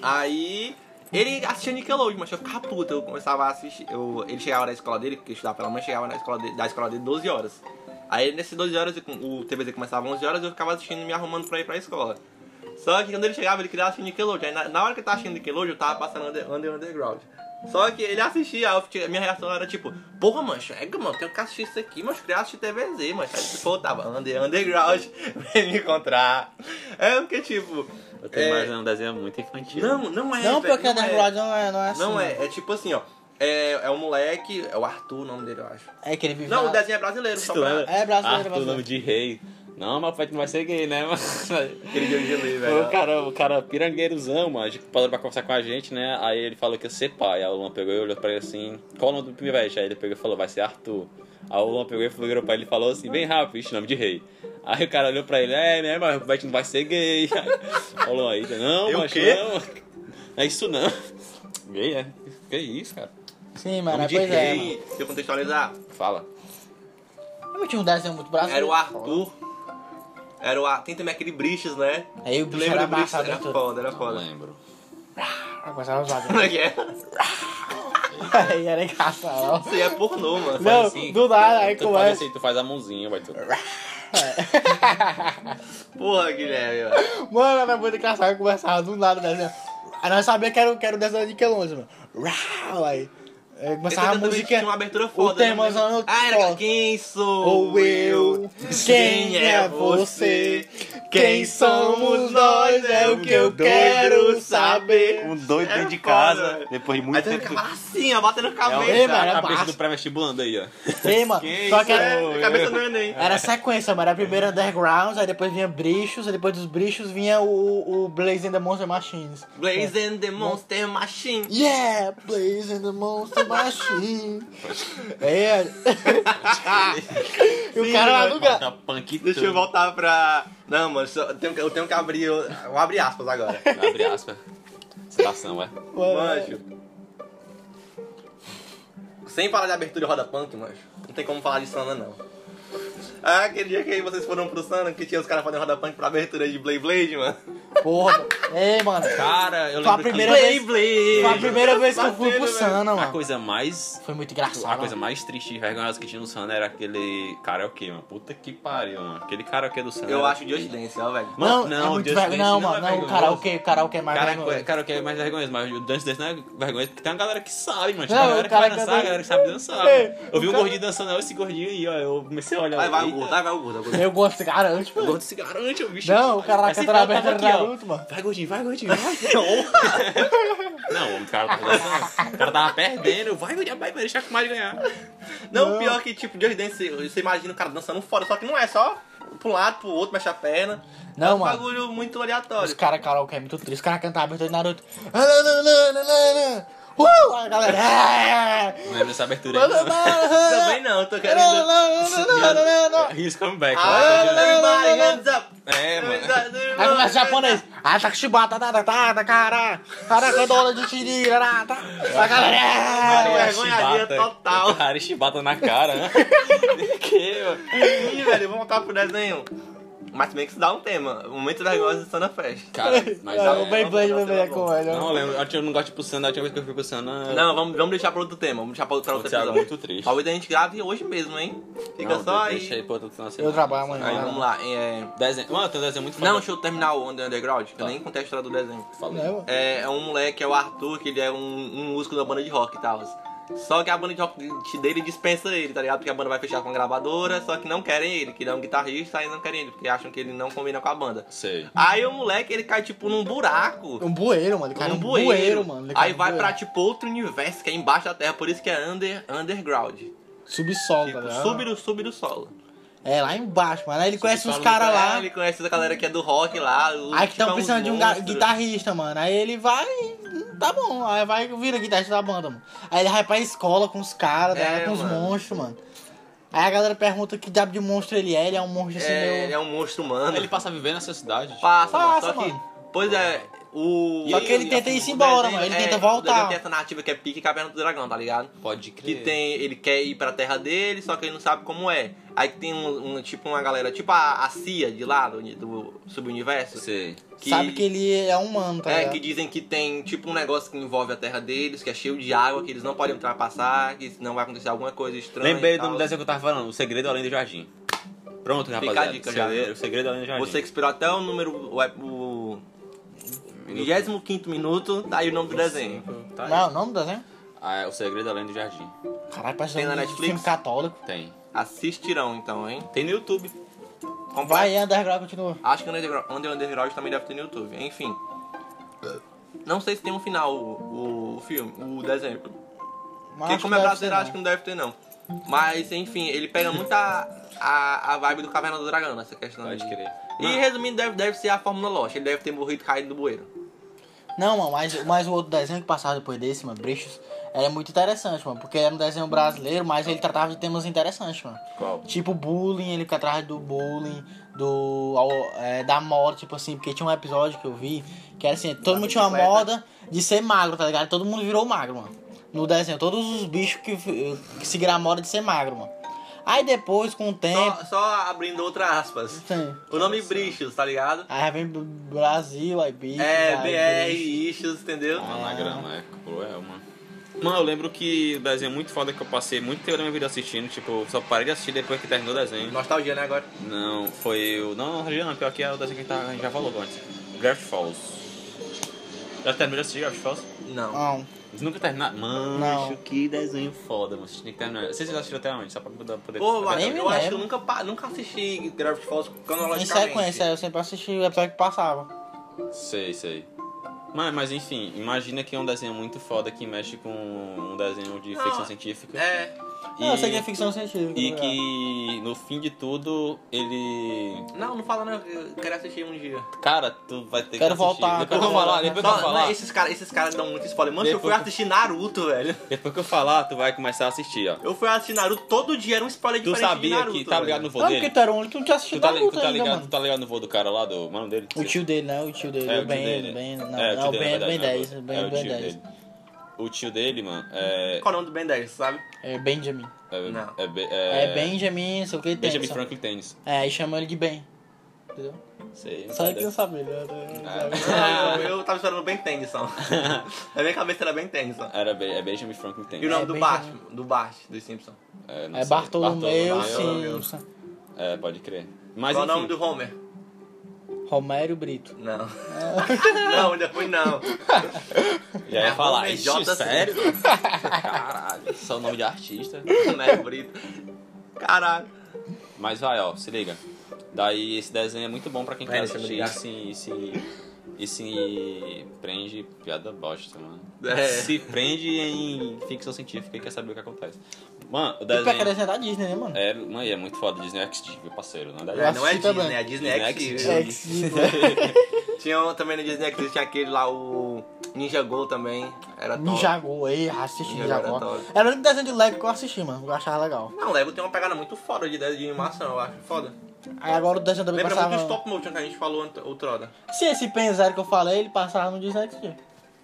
Speaker 2: Aí ele assistia Nickelodeon, mas eu ficava puto. Eu começava a assistir. eu- ele chegava na escola dele, porque eu estudava pela manhã, chegava na escola dele, da escola dele 12 horas. Aí nessas 12 horas, eu- o TVZ começava 11 horas, eu ficava assistindo e me arrumando pra ir pra escola. Só que quando ele chegava, ele queria assistir Nickelodeon. Aí na, na hora que eu tava assistindo Nickelodeon, eu tava passando Under, Under Underground. Só que ele assistia, aí eu fiquei- a minha reação era tipo, porra, mancho, é, mano, tenho que assistir isso aqui, mas queria assistir TVZ, mas aí tipo, tava Under, Underground, vem me encontrar. É porque, tipo.
Speaker 3: Eu tô
Speaker 2: é,
Speaker 3: imaginando um desenho muito infantil.
Speaker 2: não, não é.
Speaker 1: não,
Speaker 2: velho,
Speaker 1: pior que a
Speaker 2: não é.
Speaker 1: Underground não é, não é assim.
Speaker 2: Não
Speaker 1: mano.
Speaker 2: é, é tipo assim, ó. É, é um moleque, é o Arthur o nome dele, eu acho.
Speaker 1: É que ele vivia.
Speaker 2: Não,
Speaker 1: na-
Speaker 2: o desenho é brasileiro, só
Speaker 3: Tu lembra?
Speaker 2: pra...
Speaker 1: É, brasileiro,
Speaker 3: Arthur,
Speaker 1: brasileiro.
Speaker 3: nome de rei. Não, mas o pai não vai ser gay, né? Mas...
Speaker 2: Aquele dia eu gelei,
Speaker 3: O
Speaker 2: velho.
Speaker 3: cara, o cara pirangueirozão, mano, tipo, parou pra conversar com a gente, né? Aí ele falou que ia ser pai. Aí o Luan pegou e olhou pra ele assim, qual o nome do pivete? Aí ele pegou e falou, vai ser Arthur. Aí o Luan pegou e falou, virou pra ele e falou assim, bem rápido, ixi, nome de rei. Aí o cara olhou pra ele, é, né, mas o pivete não vai ser gay. Aí o Luan aí, não,
Speaker 2: Eu
Speaker 3: mas
Speaker 2: quê?
Speaker 3: não. É isso não. Gay, é? Que isso, cara?
Speaker 1: Sim, mano,
Speaker 3: Nome
Speaker 1: é,
Speaker 3: um de
Speaker 1: pois é, mano.
Speaker 2: E, se eu contextualizar,
Speaker 3: Fala.
Speaker 1: Eu tinha um desenho muito brasileiro.
Speaker 2: Era o Arthur. Era o Arthur. Tem também aquele Briches, né?
Speaker 1: Aí o
Speaker 2: Tu
Speaker 1: bicho
Speaker 2: lembra
Speaker 1: era
Speaker 2: do Briches?
Speaker 1: massa,
Speaker 2: Era
Speaker 1: né? tudo.
Speaker 2: foda, era
Speaker 3: Não
Speaker 2: foda.
Speaker 3: lembro.
Speaker 1: Eu gostava de usar.
Speaker 2: Como é que é?
Speaker 1: Aí era engraçado.
Speaker 2: Isso aí é pornô, mano.
Speaker 1: Não,
Speaker 2: assim.
Speaker 1: do nada, aí
Speaker 3: tu faz
Speaker 1: começa. É.
Speaker 3: assim, tu faz a mãozinha, vai tu.
Speaker 2: Porra, Guilherme, velho.
Speaker 1: Mano, é era muito engraçado. Eu começava do nada o desenho. Aí nós sabíamos que era, que era o desenho de Kelonze, mano. Rau, Aí aí
Speaker 2: Esse
Speaker 1: começava a
Speaker 2: também
Speaker 1: música.
Speaker 2: Tinha uma abertura foda.
Speaker 1: o tema
Speaker 2: né?
Speaker 1: não é
Speaker 2: Ah, era
Speaker 1: foda.
Speaker 2: Quem sou
Speaker 1: Ou eu, quem é você? Quem somos nós é o que eu quero saber.
Speaker 4: Um doido
Speaker 2: Era
Speaker 4: dentro de
Speaker 2: foda,
Speaker 4: casa,
Speaker 2: velho.
Speaker 4: depois de
Speaker 2: Aí
Speaker 4: muito
Speaker 2: tu
Speaker 4: tempo.
Speaker 2: ficava assim, ó, batendo cabeça.
Speaker 1: Ei, mano, É era
Speaker 3: a cabeça do
Speaker 1: massa.
Speaker 3: pré-vestibulando aí, ó.
Speaker 1: Ei, mano, só que era,
Speaker 2: É, cabeça no Enem.
Speaker 1: era sequência, mano. Era primeiro Underground, aí depois vinha Brichos, aí depois dos Brichos vinha o, o Blaze and the Monster Machines.
Speaker 2: Blaze and the Monster Machine.
Speaker 1: Yeah, Blaze and the Monster Machine. é. e o
Speaker 3: né?
Speaker 1: cara lá no gato.
Speaker 3: Bota punk e
Speaker 2: Deixa eu
Speaker 3: tudo.
Speaker 2: voltar pra. Não, mano, só- eu tenho que- eu tenho que abrir. Eu eu abri aspas agora.
Speaker 3: Abre aspas. Citação, é.
Speaker 2: Mancho. Sem falar de abertura e roda punk, mancho. Não tem como falar de Sana, não. Ah, aquele dia que vocês foram pro Sana, que tinha os caras fazendo roda punk pra abertura de Blade Blade, mano.
Speaker 1: Porra. mano. Ei, mano.
Speaker 3: Cara, eu
Speaker 1: Foi a
Speaker 3: lembro
Speaker 1: primeira
Speaker 2: Blade
Speaker 1: vez. Foi a
Speaker 2: Blade!
Speaker 1: primeira vez que eu fui pro
Speaker 2: Batendo,
Speaker 1: Sana,
Speaker 3: que a
Speaker 1: mano.
Speaker 3: coisa mais...
Speaker 1: Foi muito
Speaker 3: A
Speaker 1: engraçado.
Speaker 3: coisa
Speaker 1: mano.
Speaker 3: mais triste e vergonhosa que tinha no Sana era aquele karaokê, mano. Puta que pariu, mano. Aquele karaokê do Sana.
Speaker 2: Eu
Speaker 3: era-
Speaker 2: acho de Dance, ó, velho.
Speaker 1: Não,
Speaker 3: Mano,
Speaker 1: é muito
Speaker 3: Just
Speaker 1: vergo-
Speaker 3: Dance
Speaker 1: Não, mano,
Speaker 3: é
Speaker 1: não, o
Speaker 3: vergonhoso.
Speaker 1: karaokê, o karaokê é mais
Speaker 3: Cara,
Speaker 1: vergonhoso.
Speaker 3: karaokê é mais vergonhoso, mas o Dance Dance não é vergonhoso porque tem uma galera que sabe, mano. Tem
Speaker 1: Não,
Speaker 3: uma galera
Speaker 1: o
Speaker 3: que vai
Speaker 1: cara
Speaker 3: dançar,
Speaker 1: canta-
Speaker 3: a galera que sabe dançar.
Speaker 1: Ei,
Speaker 3: mano. Eu vi
Speaker 1: o
Speaker 3: o
Speaker 1: cara-
Speaker 3: gordinho dançando, olha esse gordinho aí, ó. Eu comecei a olhar.
Speaker 2: Vai, vai o
Speaker 3: eita,
Speaker 2: gordo, vai, vai o gordo. vai o gordo.
Speaker 1: Eu gosto, garante,
Speaker 3: O
Speaker 1: mano.
Speaker 3: gordo se garante, o bicho. é
Speaker 1: Não, o cara lá
Speaker 3: Esse
Speaker 1: cantando a
Speaker 3: cara
Speaker 1: aberta
Speaker 3: tava
Speaker 1: do
Speaker 3: aqui, ó.
Speaker 1: Naruto, mano.
Speaker 3: Vai, gordinho, vai, gordinho, vai. Não, o cara tava dançando. O cara tava perdendo. Vai, gordinho, vai, vai deixar que mais ganhar.
Speaker 2: Não,
Speaker 1: Não.
Speaker 2: pior que, tipo, Just Dance, você imagina o cara dançando fora, só que não é só pro lado, pro outro, mexe a perna.
Speaker 1: Não,
Speaker 2: é um
Speaker 1: mano.
Speaker 2: bagulho muito
Speaker 1: Os
Speaker 2: aleatório.
Speaker 1: caras karaokê é muito triste. Os caras cantam a abertura de Naruto. Uh, a galera. é.
Speaker 3: Não lembro dessa abertura aí. não.
Speaker 2: Também
Speaker 1: Também
Speaker 2: não, eu tô querendo...
Speaker 3: His comeback.
Speaker 2: Ah,
Speaker 3: lá.
Speaker 2: everybody hands up!
Speaker 3: É, mano.
Speaker 1: Aí
Speaker 2: mano.
Speaker 1: começa é japonês. Ataque shibata, tata, tata, tá, cara. Caraca, dólar de tiri, rata. A galera.
Speaker 2: Maria vergonharia
Speaker 3: Shibata.
Speaker 2: total.
Speaker 3: Cara, chibata na cara, né? que, mano?
Speaker 2: Ih, velho, vamos voltar pro desenho. Mas bem que isso dá um tema. Momento vergonhoso de Sana Fest.
Speaker 3: Cara, mas
Speaker 1: Não, o
Speaker 3: é...
Speaker 1: Beyblade, Beyblade é com ele.
Speaker 3: Não, eu lembro. Eu não gosto de pulsando. A última vez que eu fui pulsando...
Speaker 2: Não, vamos, vamos deixar pra outro tema. Vamos deixar pra outro, pra outro
Speaker 3: Putz, é
Speaker 2: episódio.
Speaker 3: muito triste.
Speaker 2: Talvez a gente grave hoje mesmo, hein? Fica
Speaker 3: Não,
Speaker 2: só aí.
Speaker 3: Deixa aí pro outro final de
Speaker 1: Eu
Speaker 3: semana.
Speaker 1: trabalho amanhã.
Speaker 2: Aí vamos lá. é,
Speaker 3: Desenho. Mano, tem um desenho muito
Speaker 2: Não,
Speaker 3: foda.
Speaker 2: deixa eu terminar o Under Underground. que
Speaker 3: Tá.
Speaker 2: Eu nem contei a história do desenho.
Speaker 3: Falei.
Speaker 1: Não,
Speaker 2: É, é um moleque, é o Arthur, que ele é um, um músico da banda de rock e tal. Só que a banda de rock dele dispensa ele, tá ligado? Porque a banda vai fechar com a gravadora, só que não querem ele, que ele é um guitarrista e não querem ele, porque acham que ele não combina com a banda.
Speaker 3: Sei.
Speaker 2: Aí o moleque ele cai tipo num buraco.
Speaker 1: Um bueiro, mano. Ele cai
Speaker 2: num
Speaker 1: num bueiro, mano. Ele cai
Speaker 2: Aí
Speaker 1: num
Speaker 2: vai
Speaker 1: bueiro.
Speaker 2: pra tipo outro universo que é embaixo da terra, por isso que é under, underground.
Speaker 1: Subsolo, tá
Speaker 2: Tipo,
Speaker 1: ligado?
Speaker 2: sub do sub do solo.
Speaker 1: É, lá embaixo, mano. Aí ele conhece
Speaker 2: Paulo
Speaker 1: uns caras
Speaker 2: Vittar,
Speaker 1: lá.
Speaker 2: Ele conhece a galera que é do rock lá. o-
Speaker 1: Aí que
Speaker 2: tipo, é
Speaker 1: estão
Speaker 2: uns
Speaker 1: precisando de um ga-
Speaker 2: monstros.
Speaker 1: guitarrista, mano. Aí ele vai. Tá bom, aí vai vira guitarrista da banda, mano. Aí ele vai pra escola com os caras,
Speaker 2: É,
Speaker 1: tá? com os
Speaker 2: mano.
Speaker 1: monstros, mano. Aí a galera pergunta que diabo de monstro ele é, ele é um monstro assim
Speaker 2: É,
Speaker 1: meio.
Speaker 2: ele é um monstro humano.
Speaker 4: Ele passa a viver nessa cidade.
Speaker 2: Passa, mano.
Speaker 1: Passa,
Speaker 2: Só que.
Speaker 1: mano.
Speaker 2: Pois é, o.
Speaker 1: Só que ele
Speaker 4: e
Speaker 1: tenta ir
Speaker 2: o
Speaker 1: embora,
Speaker 2: desenho-
Speaker 1: mano. Ele
Speaker 2: é,
Speaker 1: tenta
Speaker 2: O
Speaker 1: voltar.
Speaker 2: desenho tem essa narrativa que é pique e caverna do dragão, tá ligado?
Speaker 4: Pode
Speaker 2: Que
Speaker 4: crer.
Speaker 2: tem. Ele quer ir pra terra dele, só que ele não sabe como é. Aí que tem um, um- tipo uma galera, tipo a, a CIA de lá, do, do subuniverso.
Speaker 3: Sei.
Speaker 1: Sabe que ele é humano, tá
Speaker 2: É,
Speaker 1: ligado?
Speaker 2: que dizem que tem tipo um negócio que envolve a terra deles, que é cheio de água, que eles não podem ultrapassar, que senão vai acontecer alguma coisa estranha.
Speaker 4: Lembrei
Speaker 2: e
Speaker 4: do
Speaker 2: tal.
Speaker 4: nome dessa que eu tava falando, O Segredo Além do Jardim. Pronto,
Speaker 2: a
Speaker 4: rapaziada.
Speaker 2: dica
Speaker 4: o,
Speaker 2: já.
Speaker 4: segredo, o Segredo Além do Jardim.
Speaker 2: Você que esperou até o número. O, o 25 minuto, tá aí o nome do desenho.
Speaker 4: Tá aí.
Speaker 1: Não, o nome do desenho?
Speaker 4: Ah, é o Segredo Além do Jardim.
Speaker 1: Caralho, parece
Speaker 2: Tem
Speaker 1: um
Speaker 2: na Netflix?
Speaker 1: filme católico.
Speaker 4: Tem.
Speaker 2: Assistirão então, hein?
Speaker 4: Tem no YouTube.
Speaker 1: Vai, é. Underground continua.
Speaker 2: Acho que o Underground, Under Underground também deve ter no YouTube. Enfim. Não sei se tem um final o, o filme, o desenho.
Speaker 1: Mas
Speaker 2: Porque
Speaker 1: acho
Speaker 2: como é
Speaker 1: que deve né?
Speaker 2: brasileiro,
Speaker 1: ser,
Speaker 2: acho que não deve ter não. Mas enfim, ele pega muito a, a, a vibe do Caverna do Dragão nessa questão.
Speaker 4: Pode
Speaker 2: de-
Speaker 4: crer.
Speaker 2: E resumindo, deve, deve ser a Fórmula Lost. Ele deve ter morrido caído do bueiro.
Speaker 1: Não, mano, mas, mas o outro desenho que passava depois desse, mano, Brechos, era muito interessante, mano. Porque era um desenho brasileiro, mas ele tratava de temas interessantes, mano.
Speaker 3: Qual?
Speaker 1: Tipo bullying, ele fica atrás do bullying, do. ao- é, da moda, tipo assim, porque tinha um episódio que eu vi que era assim, todo mundo tinha uma moda de ser magro, tá ligado? Todo mundo virou magro, mano. No desenho, todos os bichos que, que seguiram a moda de ser magro, mano. Aí depois, com o tempo.
Speaker 2: Só, só abrindo outra aspas.
Speaker 1: É. Sim.
Speaker 2: O nome Brichos, tá ligado?
Speaker 1: Aí vem Br- Brasil, aí bicho.
Speaker 2: É, BR,
Speaker 1: aí, bicho.
Speaker 2: Ichos, entendeu?
Speaker 3: Uma
Speaker 1: Ah.
Speaker 3: lagrama, é cruel, mano. Mano, eu lembro que o desenho muito foda que eu passei muito tempo da minha vida assistindo, tipo, eu só parei de assistir depois que terminou o desenho.
Speaker 2: Nostalgia, né, agora?
Speaker 3: Não, foi o. Não, não, não, pior que é o desenho que a gente tá- a gente já falou antes. Gravity Falls. Já terminou de assistir Gravity Falls?
Speaker 2: Não.
Speaker 1: Não.
Speaker 3: Vocês nunca terminaram? Mano,
Speaker 1: Não.
Speaker 3: que desenho foda, mano. Vocês têm que terminar. Vocês já assistiram até onde? Só pra poder. poder
Speaker 2: Pô,
Speaker 3: saber.
Speaker 2: mano,
Speaker 1: Nem
Speaker 2: eu
Speaker 1: me
Speaker 2: acho que
Speaker 1: lembro.
Speaker 2: eu nunca, pa- nunca assisti Gravity Falls
Speaker 1: Em
Speaker 2: cronologicamente.
Speaker 1: sequência, eu sempre assisti o episódio que passava.
Speaker 3: Sei, sei. Mas, mas enfim, imagina que é um desenho muito foda que mexe com um desenho de
Speaker 2: Não,
Speaker 3: ficção científica.
Speaker 2: É.
Speaker 3: E,
Speaker 1: Ah. Não, eu sei que é ficção científica.
Speaker 3: e
Speaker 1: tá ligado?
Speaker 3: que no fim de tudo, ele.
Speaker 2: Não, não fala não, eu quero assistir um dia.
Speaker 3: Cara, tu vai ter
Speaker 1: Quero
Speaker 3: que. assistir.
Speaker 1: voltar,
Speaker 3: Depois
Speaker 1: quero
Speaker 3: que eu falar,
Speaker 1: voltar.
Speaker 3: depois que eu
Speaker 2: Só,
Speaker 3: falar.
Speaker 2: né, esses caras esses caras dão muito spoiler. Mano, eu
Speaker 3: Depois
Speaker 2: fui
Speaker 3: que-
Speaker 2: assistir Naruto, velho.
Speaker 3: Depois que eu falar, tu vai começar a assistir, ó.
Speaker 2: Eu fui assistir Naruto todo dia, era um spoiler
Speaker 3: Tu
Speaker 2: diferente de
Speaker 3: sabia
Speaker 2: Naruto.
Speaker 3: que tá ligado no
Speaker 2: velho.
Speaker 3: voo
Speaker 1: Ah, porque
Speaker 3: dele?
Speaker 1: tu era um, tu não tinha assistido
Speaker 3: Tu tá, li-
Speaker 1: Naruto
Speaker 3: tu, tá
Speaker 1: ainda,
Speaker 3: ligado,
Speaker 1: mano.
Speaker 3: tu tá ligado no voo do cara lá, do mano dele?
Speaker 1: O tio dele, né? O tio dele,
Speaker 3: É,
Speaker 1: o Ben,
Speaker 3: dele.
Speaker 1: o Ben, não,
Speaker 3: É,
Speaker 1: é,
Speaker 3: o tio
Speaker 1: o
Speaker 3: dele,
Speaker 1: Ben,
Speaker 3: na
Speaker 1: Ben
Speaker 3: verdade,
Speaker 1: 10,
Speaker 3: é
Speaker 1: o
Speaker 3: o
Speaker 1: Ben,
Speaker 3: tio
Speaker 1: ben 10.
Speaker 3: dele. O tio dele, mano, é.
Speaker 2: Qual é o nome do Ben 10, sabe?
Speaker 1: É Benjamin.
Speaker 3: É,
Speaker 2: Não.
Speaker 3: é, Be-
Speaker 1: É, Benjamin, sei o que
Speaker 3: Benjamin
Speaker 1: tem. só-
Speaker 3: Franklin Tênis.
Speaker 1: É, e chama ele de Ben. Entendeu?
Speaker 3: Sei. não
Speaker 1: Só
Speaker 3: sei
Speaker 1: ele que não
Speaker 3: dessa. Ah.
Speaker 1: sabe, né?
Speaker 2: Não, eu, eu tava esperando Ben Tennyson. Na minha cabeça era Ben Tennyson.
Speaker 3: Era Be- é Benjamin Franklin
Speaker 2: E o
Speaker 3: Tênis.
Speaker 2: nome
Speaker 1: É
Speaker 2: do
Speaker 1: Ben
Speaker 2: Bart, do Bart, dos Simpsons.
Speaker 3: não
Speaker 1: É
Speaker 3: sei.
Speaker 1: Bartolomeu
Speaker 2: Bartolomeu.
Speaker 1: Simpson.
Speaker 3: É, pode crer. Mas
Speaker 2: Qual é o
Speaker 3: enfim,
Speaker 2: nome do Homer?
Speaker 1: Romério Brito.
Speaker 2: Não. não, depois não. É
Speaker 3: já ia falar,
Speaker 2: Homer
Speaker 3: "Ixi,
Speaker 2: J.
Speaker 3: sério?
Speaker 2: Simpson.
Speaker 3: Caralho, só nome de artista.
Speaker 2: Homer Brito. Caralho.
Speaker 3: Mas vai, ó, se liga. Daí esse desenho é muito bom pra quem
Speaker 2: Vai,
Speaker 3: quer
Speaker 2: deixa eu
Speaker 3: assistir
Speaker 2: ligar.
Speaker 3: e se, e se... E se prende... Piada bosta, mano.
Speaker 2: É.
Speaker 3: Se prende em ficção científica e quer saber o que acontece. Mano, o
Speaker 1: E pra
Speaker 3: desenho...
Speaker 1: acrescentar Disney, né, mano?
Speaker 3: É, mano, e é muito foda. Disney XD, meu parceiro. Não
Speaker 1: Eu
Speaker 3: é
Speaker 2: Não é
Speaker 1: assisti
Speaker 2: Disney,
Speaker 1: também.
Speaker 2: é Disney
Speaker 3: Disney
Speaker 2: X.
Speaker 3: X.
Speaker 1: É, que sim, mano. É.
Speaker 2: Tinha um- também no Disney X, tinha aquele lá, o Ninja Go também. Era top.
Speaker 1: Ninjago, ei, assisti
Speaker 2: Ninjago
Speaker 1: Ninjago.
Speaker 2: era top.
Speaker 1: Era o único desenho de Lego que eu assisti, mano. Eu achava legal.
Speaker 2: Não, Lego tem uma pegada muito foda de, de animação, eu acho. Foda.
Speaker 1: Aí agora o desenho também
Speaker 2: Lembra
Speaker 1: passava.
Speaker 2: muito do stop motion que a gente falou ant- outrora.
Speaker 1: Se esse Pen Zero que eu falei, ele passava no Disney XD.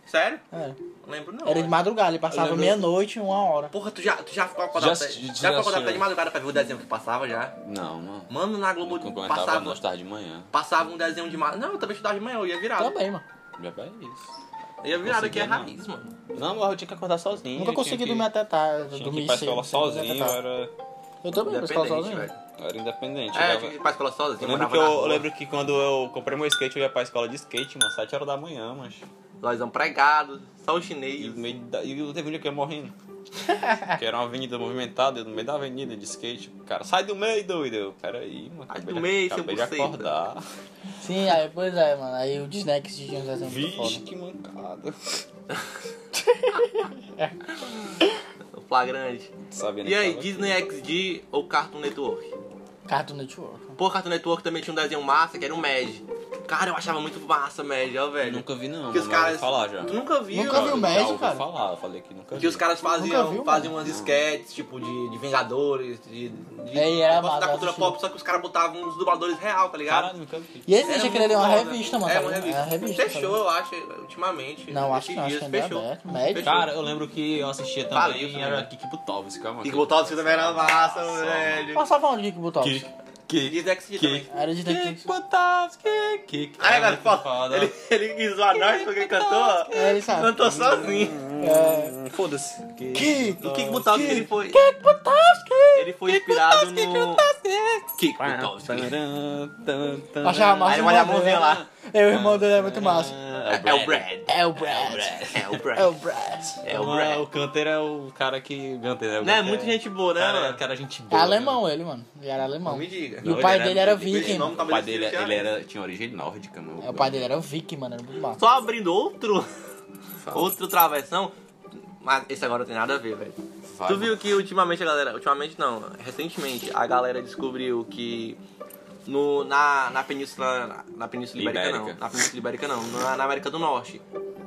Speaker 2: Sério?
Speaker 1: É.
Speaker 2: Não lembro não.
Speaker 1: Era de
Speaker 2: mas-
Speaker 1: madrugada, ele passava
Speaker 3: lembro-
Speaker 1: meia-noite, uma hora.
Speaker 2: Porra, tu já, tu já ficou acordado,
Speaker 3: Já-
Speaker 2: até-
Speaker 3: já
Speaker 2: já ficou acordado
Speaker 3: assistiu.
Speaker 2: até de madrugada pra ver o desenho que passava já?
Speaker 3: Não, mano.
Speaker 2: Mano, na Globo
Speaker 3: Eu complementava
Speaker 2: passava,
Speaker 3: mais tarde de manhã.
Speaker 2: passava um desenho de madrugada. Não, eu também estudava de manhã, eu ia virado.
Speaker 1: Também, mano.
Speaker 3: Já é isso.
Speaker 2: Eu ia virado, que é
Speaker 3: Conseguia, não.
Speaker 2: raiz, mano.
Speaker 3: Não, mas eu tinha que acordar sozinho.
Speaker 1: Nunca
Speaker 3: eu
Speaker 1: consegui
Speaker 3: tinha que-
Speaker 1: dormir até tarde.
Speaker 3: Tinha que
Speaker 1: dormir
Speaker 3: ir pra
Speaker 1: cedo,
Speaker 3: escola
Speaker 1: sempre dormi até
Speaker 3: sozinho, eu
Speaker 1: tarde.
Speaker 3: era,
Speaker 1: Eu também fui pra escola
Speaker 2: Independente,
Speaker 1: sozinho.
Speaker 2: velho.
Speaker 3: eu era independente.
Speaker 2: É, eu tinha
Speaker 3: eu,
Speaker 2: que ir
Speaker 3: tava-
Speaker 2: pra escola sozinho,
Speaker 3: eu lembro
Speaker 2: morava
Speaker 3: que
Speaker 2: na
Speaker 3: eu,
Speaker 2: rua.
Speaker 3: eu lembro que quando eu comprei meu skate, eu ia pra escola de skate, mano, 7 horas da manhã, mas.
Speaker 2: Nós vamos pregados, só os
Speaker 3: E,
Speaker 2: chineses.
Speaker 3: no meio da, e eu teve um dia que eu ia morrendo. que era uma avenida movimentada, eu no meio da avenida de skate. O cara, sai do meio, doido. Eu, Peraí, mano.
Speaker 2: Sai
Speaker 3: acabei
Speaker 2: do
Speaker 3: de-
Speaker 2: meio, seu
Speaker 3: Acabei de
Speaker 2: buceta." Tá
Speaker 3: acordar.
Speaker 1: Sim, aí, pois é, mano. Aí o Disney que tinha um desenho muito
Speaker 3: Vixe,
Speaker 1: foda.
Speaker 3: que mancada.
Speaker 2: Flagrante.
Speaker 3: Sabia,
Speaker 2: E aí, Disney XD ou Cartoon Network?
Speaker 1: Cartoon Network.
Speaker 2: Pô, Cartoon Network também tinha um desenho massa, que era o Mad. Cara, eu achava muito massa o Mad, ó, velho.
Speaker 3: Nunca vi não,
Speaker 2: Que os
Speaker 3: mas eu
Speaker 2: caras-
Speaker 3: ouvi falar já.
Speaker 2: Tu nunca viu?
Speaker 1: Nunca vi o Mad,
Speaker 3: já ouvi
Speaker 1: cara.
Speaker 3: falar, eu falei que nunca
Speaker 2: Que
Speaker 3: vi.
Speaker 2: os caras faziam,
Speaker 1: Nunca um- viu,
Speaker 2: faziam umas esquetes, tipo, de, de Vingadores, de... de
Speaker 1: É, e era
Speaker 2: negócio
Speaker 1: massa,
Speaker 2: da cultura
Speaker 1: eu assisti.
Speaker 2: pop, só que os caras botavam uns dubladores real, tá ligado?
Speaker 3: Caralho, nunca vi.
Speaker 1: E esse
Speaker 2: Era
Speaker 1: gente
Speaker 2: muito
Speaker 1: queria uma
Speaker 2: foda.
Speaker 1: revista, mano.
Speaker 2: É,
Speaker 1: tá
Speaker 2: uma
Speaker 1: ligado?
Speaker 2: revista.
Speaker 1: É uma revista. tá
Speaker 2: Fechou,
Speaker 1: ligado?
Speaker 2: eu acho, ultimamente.
Speaker 1: Não, acho
Speaker 2: esses
Speaker 1: que não, acho
Speaker 2: dias,
Speaker 1: que ainda é
Speaker 2: fechou.
Speaker 1: aberto. Médio.
Speaker 3: Cara, eu lembro que eu assistia também,
Speaker 2: Valeu, também.
Speaker 3: era Kiki Butovski, calma.
Speaker 2: E que botar você também era massa, velho.
Speaker 1: Passava onde Geek Butox?
Speaker 3: Kiki. Kiki.
Speaker 2: Dislexia
Speaker 3: Que-
Speaker 2: também.
Speaker 1: Era de
Speaker 3: Kiki
Speaker 1: Detective.
Speaker 3: Butovski. Kiki.
Speaker 2: Aí,
Speaker 3: Era
Speaker 2: agora,
Speaker 3: muito
Speaker 2: pô,
Speaker 3: foda.
Speaker 2: ele, ele quis zoar nós porque ele cantou,
Speaker 1: É, ele sabe.
Speaker 2: cantou sozinho.
Speaker 1: É.
Speaker 5: Hum, Foda-se.
Speaker 1: Que?
Speaker 2: O Kik Butowski, ele foi... Ele foi inspirado no... Kik Butowski.
Speaker 1: Achava é massa.
Speaker 2: Aí ele
Speaker 1: o
Speaker 2: molha a
Speaker 1: irmão
Speaker 2: mãozinha
Speaker 1: dele,
Speaker 2: lá.
Speaker 1: né? É, o irmão dele é
Speaker 3: Ah.
Speaker 1: muito massa.
Speaker 2: É o Brad.
Speaker 1: É o Brad.
Speaker 2: É o
Speaker 1: É o
Speaker 2: Brad.
Speaker 1: Brad.
Speaker 2: É o
Speaker 3: O
Speaker 2: Brad.
Speaker 3: Canter é o cara que. Canter é o
Speaker 2: Não, é
Speaker 3: Gunter.
Speaker 2: muito gente boa, né,
Speaker 3: Cara,
Speaker 2: mano?
Speaker 3: o cara é gente
Speaker 1: É
Speaker 3: boa. né?
Speaker 1: alemão ele, mano. Ele era alemão.
Speaker 2: Não me diga.
Speaker 1: E
Speaker 3: Não,
Speaker 1: o pai
Speaker 3: ele
Speaker 1: dele
Speaker 3: era
Speaker 1: era
Speaker 3: muito-
Speaker 1: viking,
Speaker 2: esse nome
Speaker 1: mano.
Speaker 3: O
Speaker 2: talvez
Speaker 3: pai
Speaker 2: ele
Speaker 3: dele
Speaker 2: seja-
Speaker 3: ele era, tinha origem nórdica, né? mano.
Speaker 1: É, O pai dele era viking, mano. Era muito massa.
Speaker 2: Só abrindo outro. outro travessão. Mas esse agora não tem nada a ver, velho.
Speaker 3: Vai,
Speaker 2: tu viu que ultimamente a galera. Ultimamente não, recentemente a galera descobriu que. No, na, na Península. Na, na Península Ibérica,
Speaker 3: Ibérica.
Speaker 2: não. Na Península Ibérica não. Na, na América do Norte.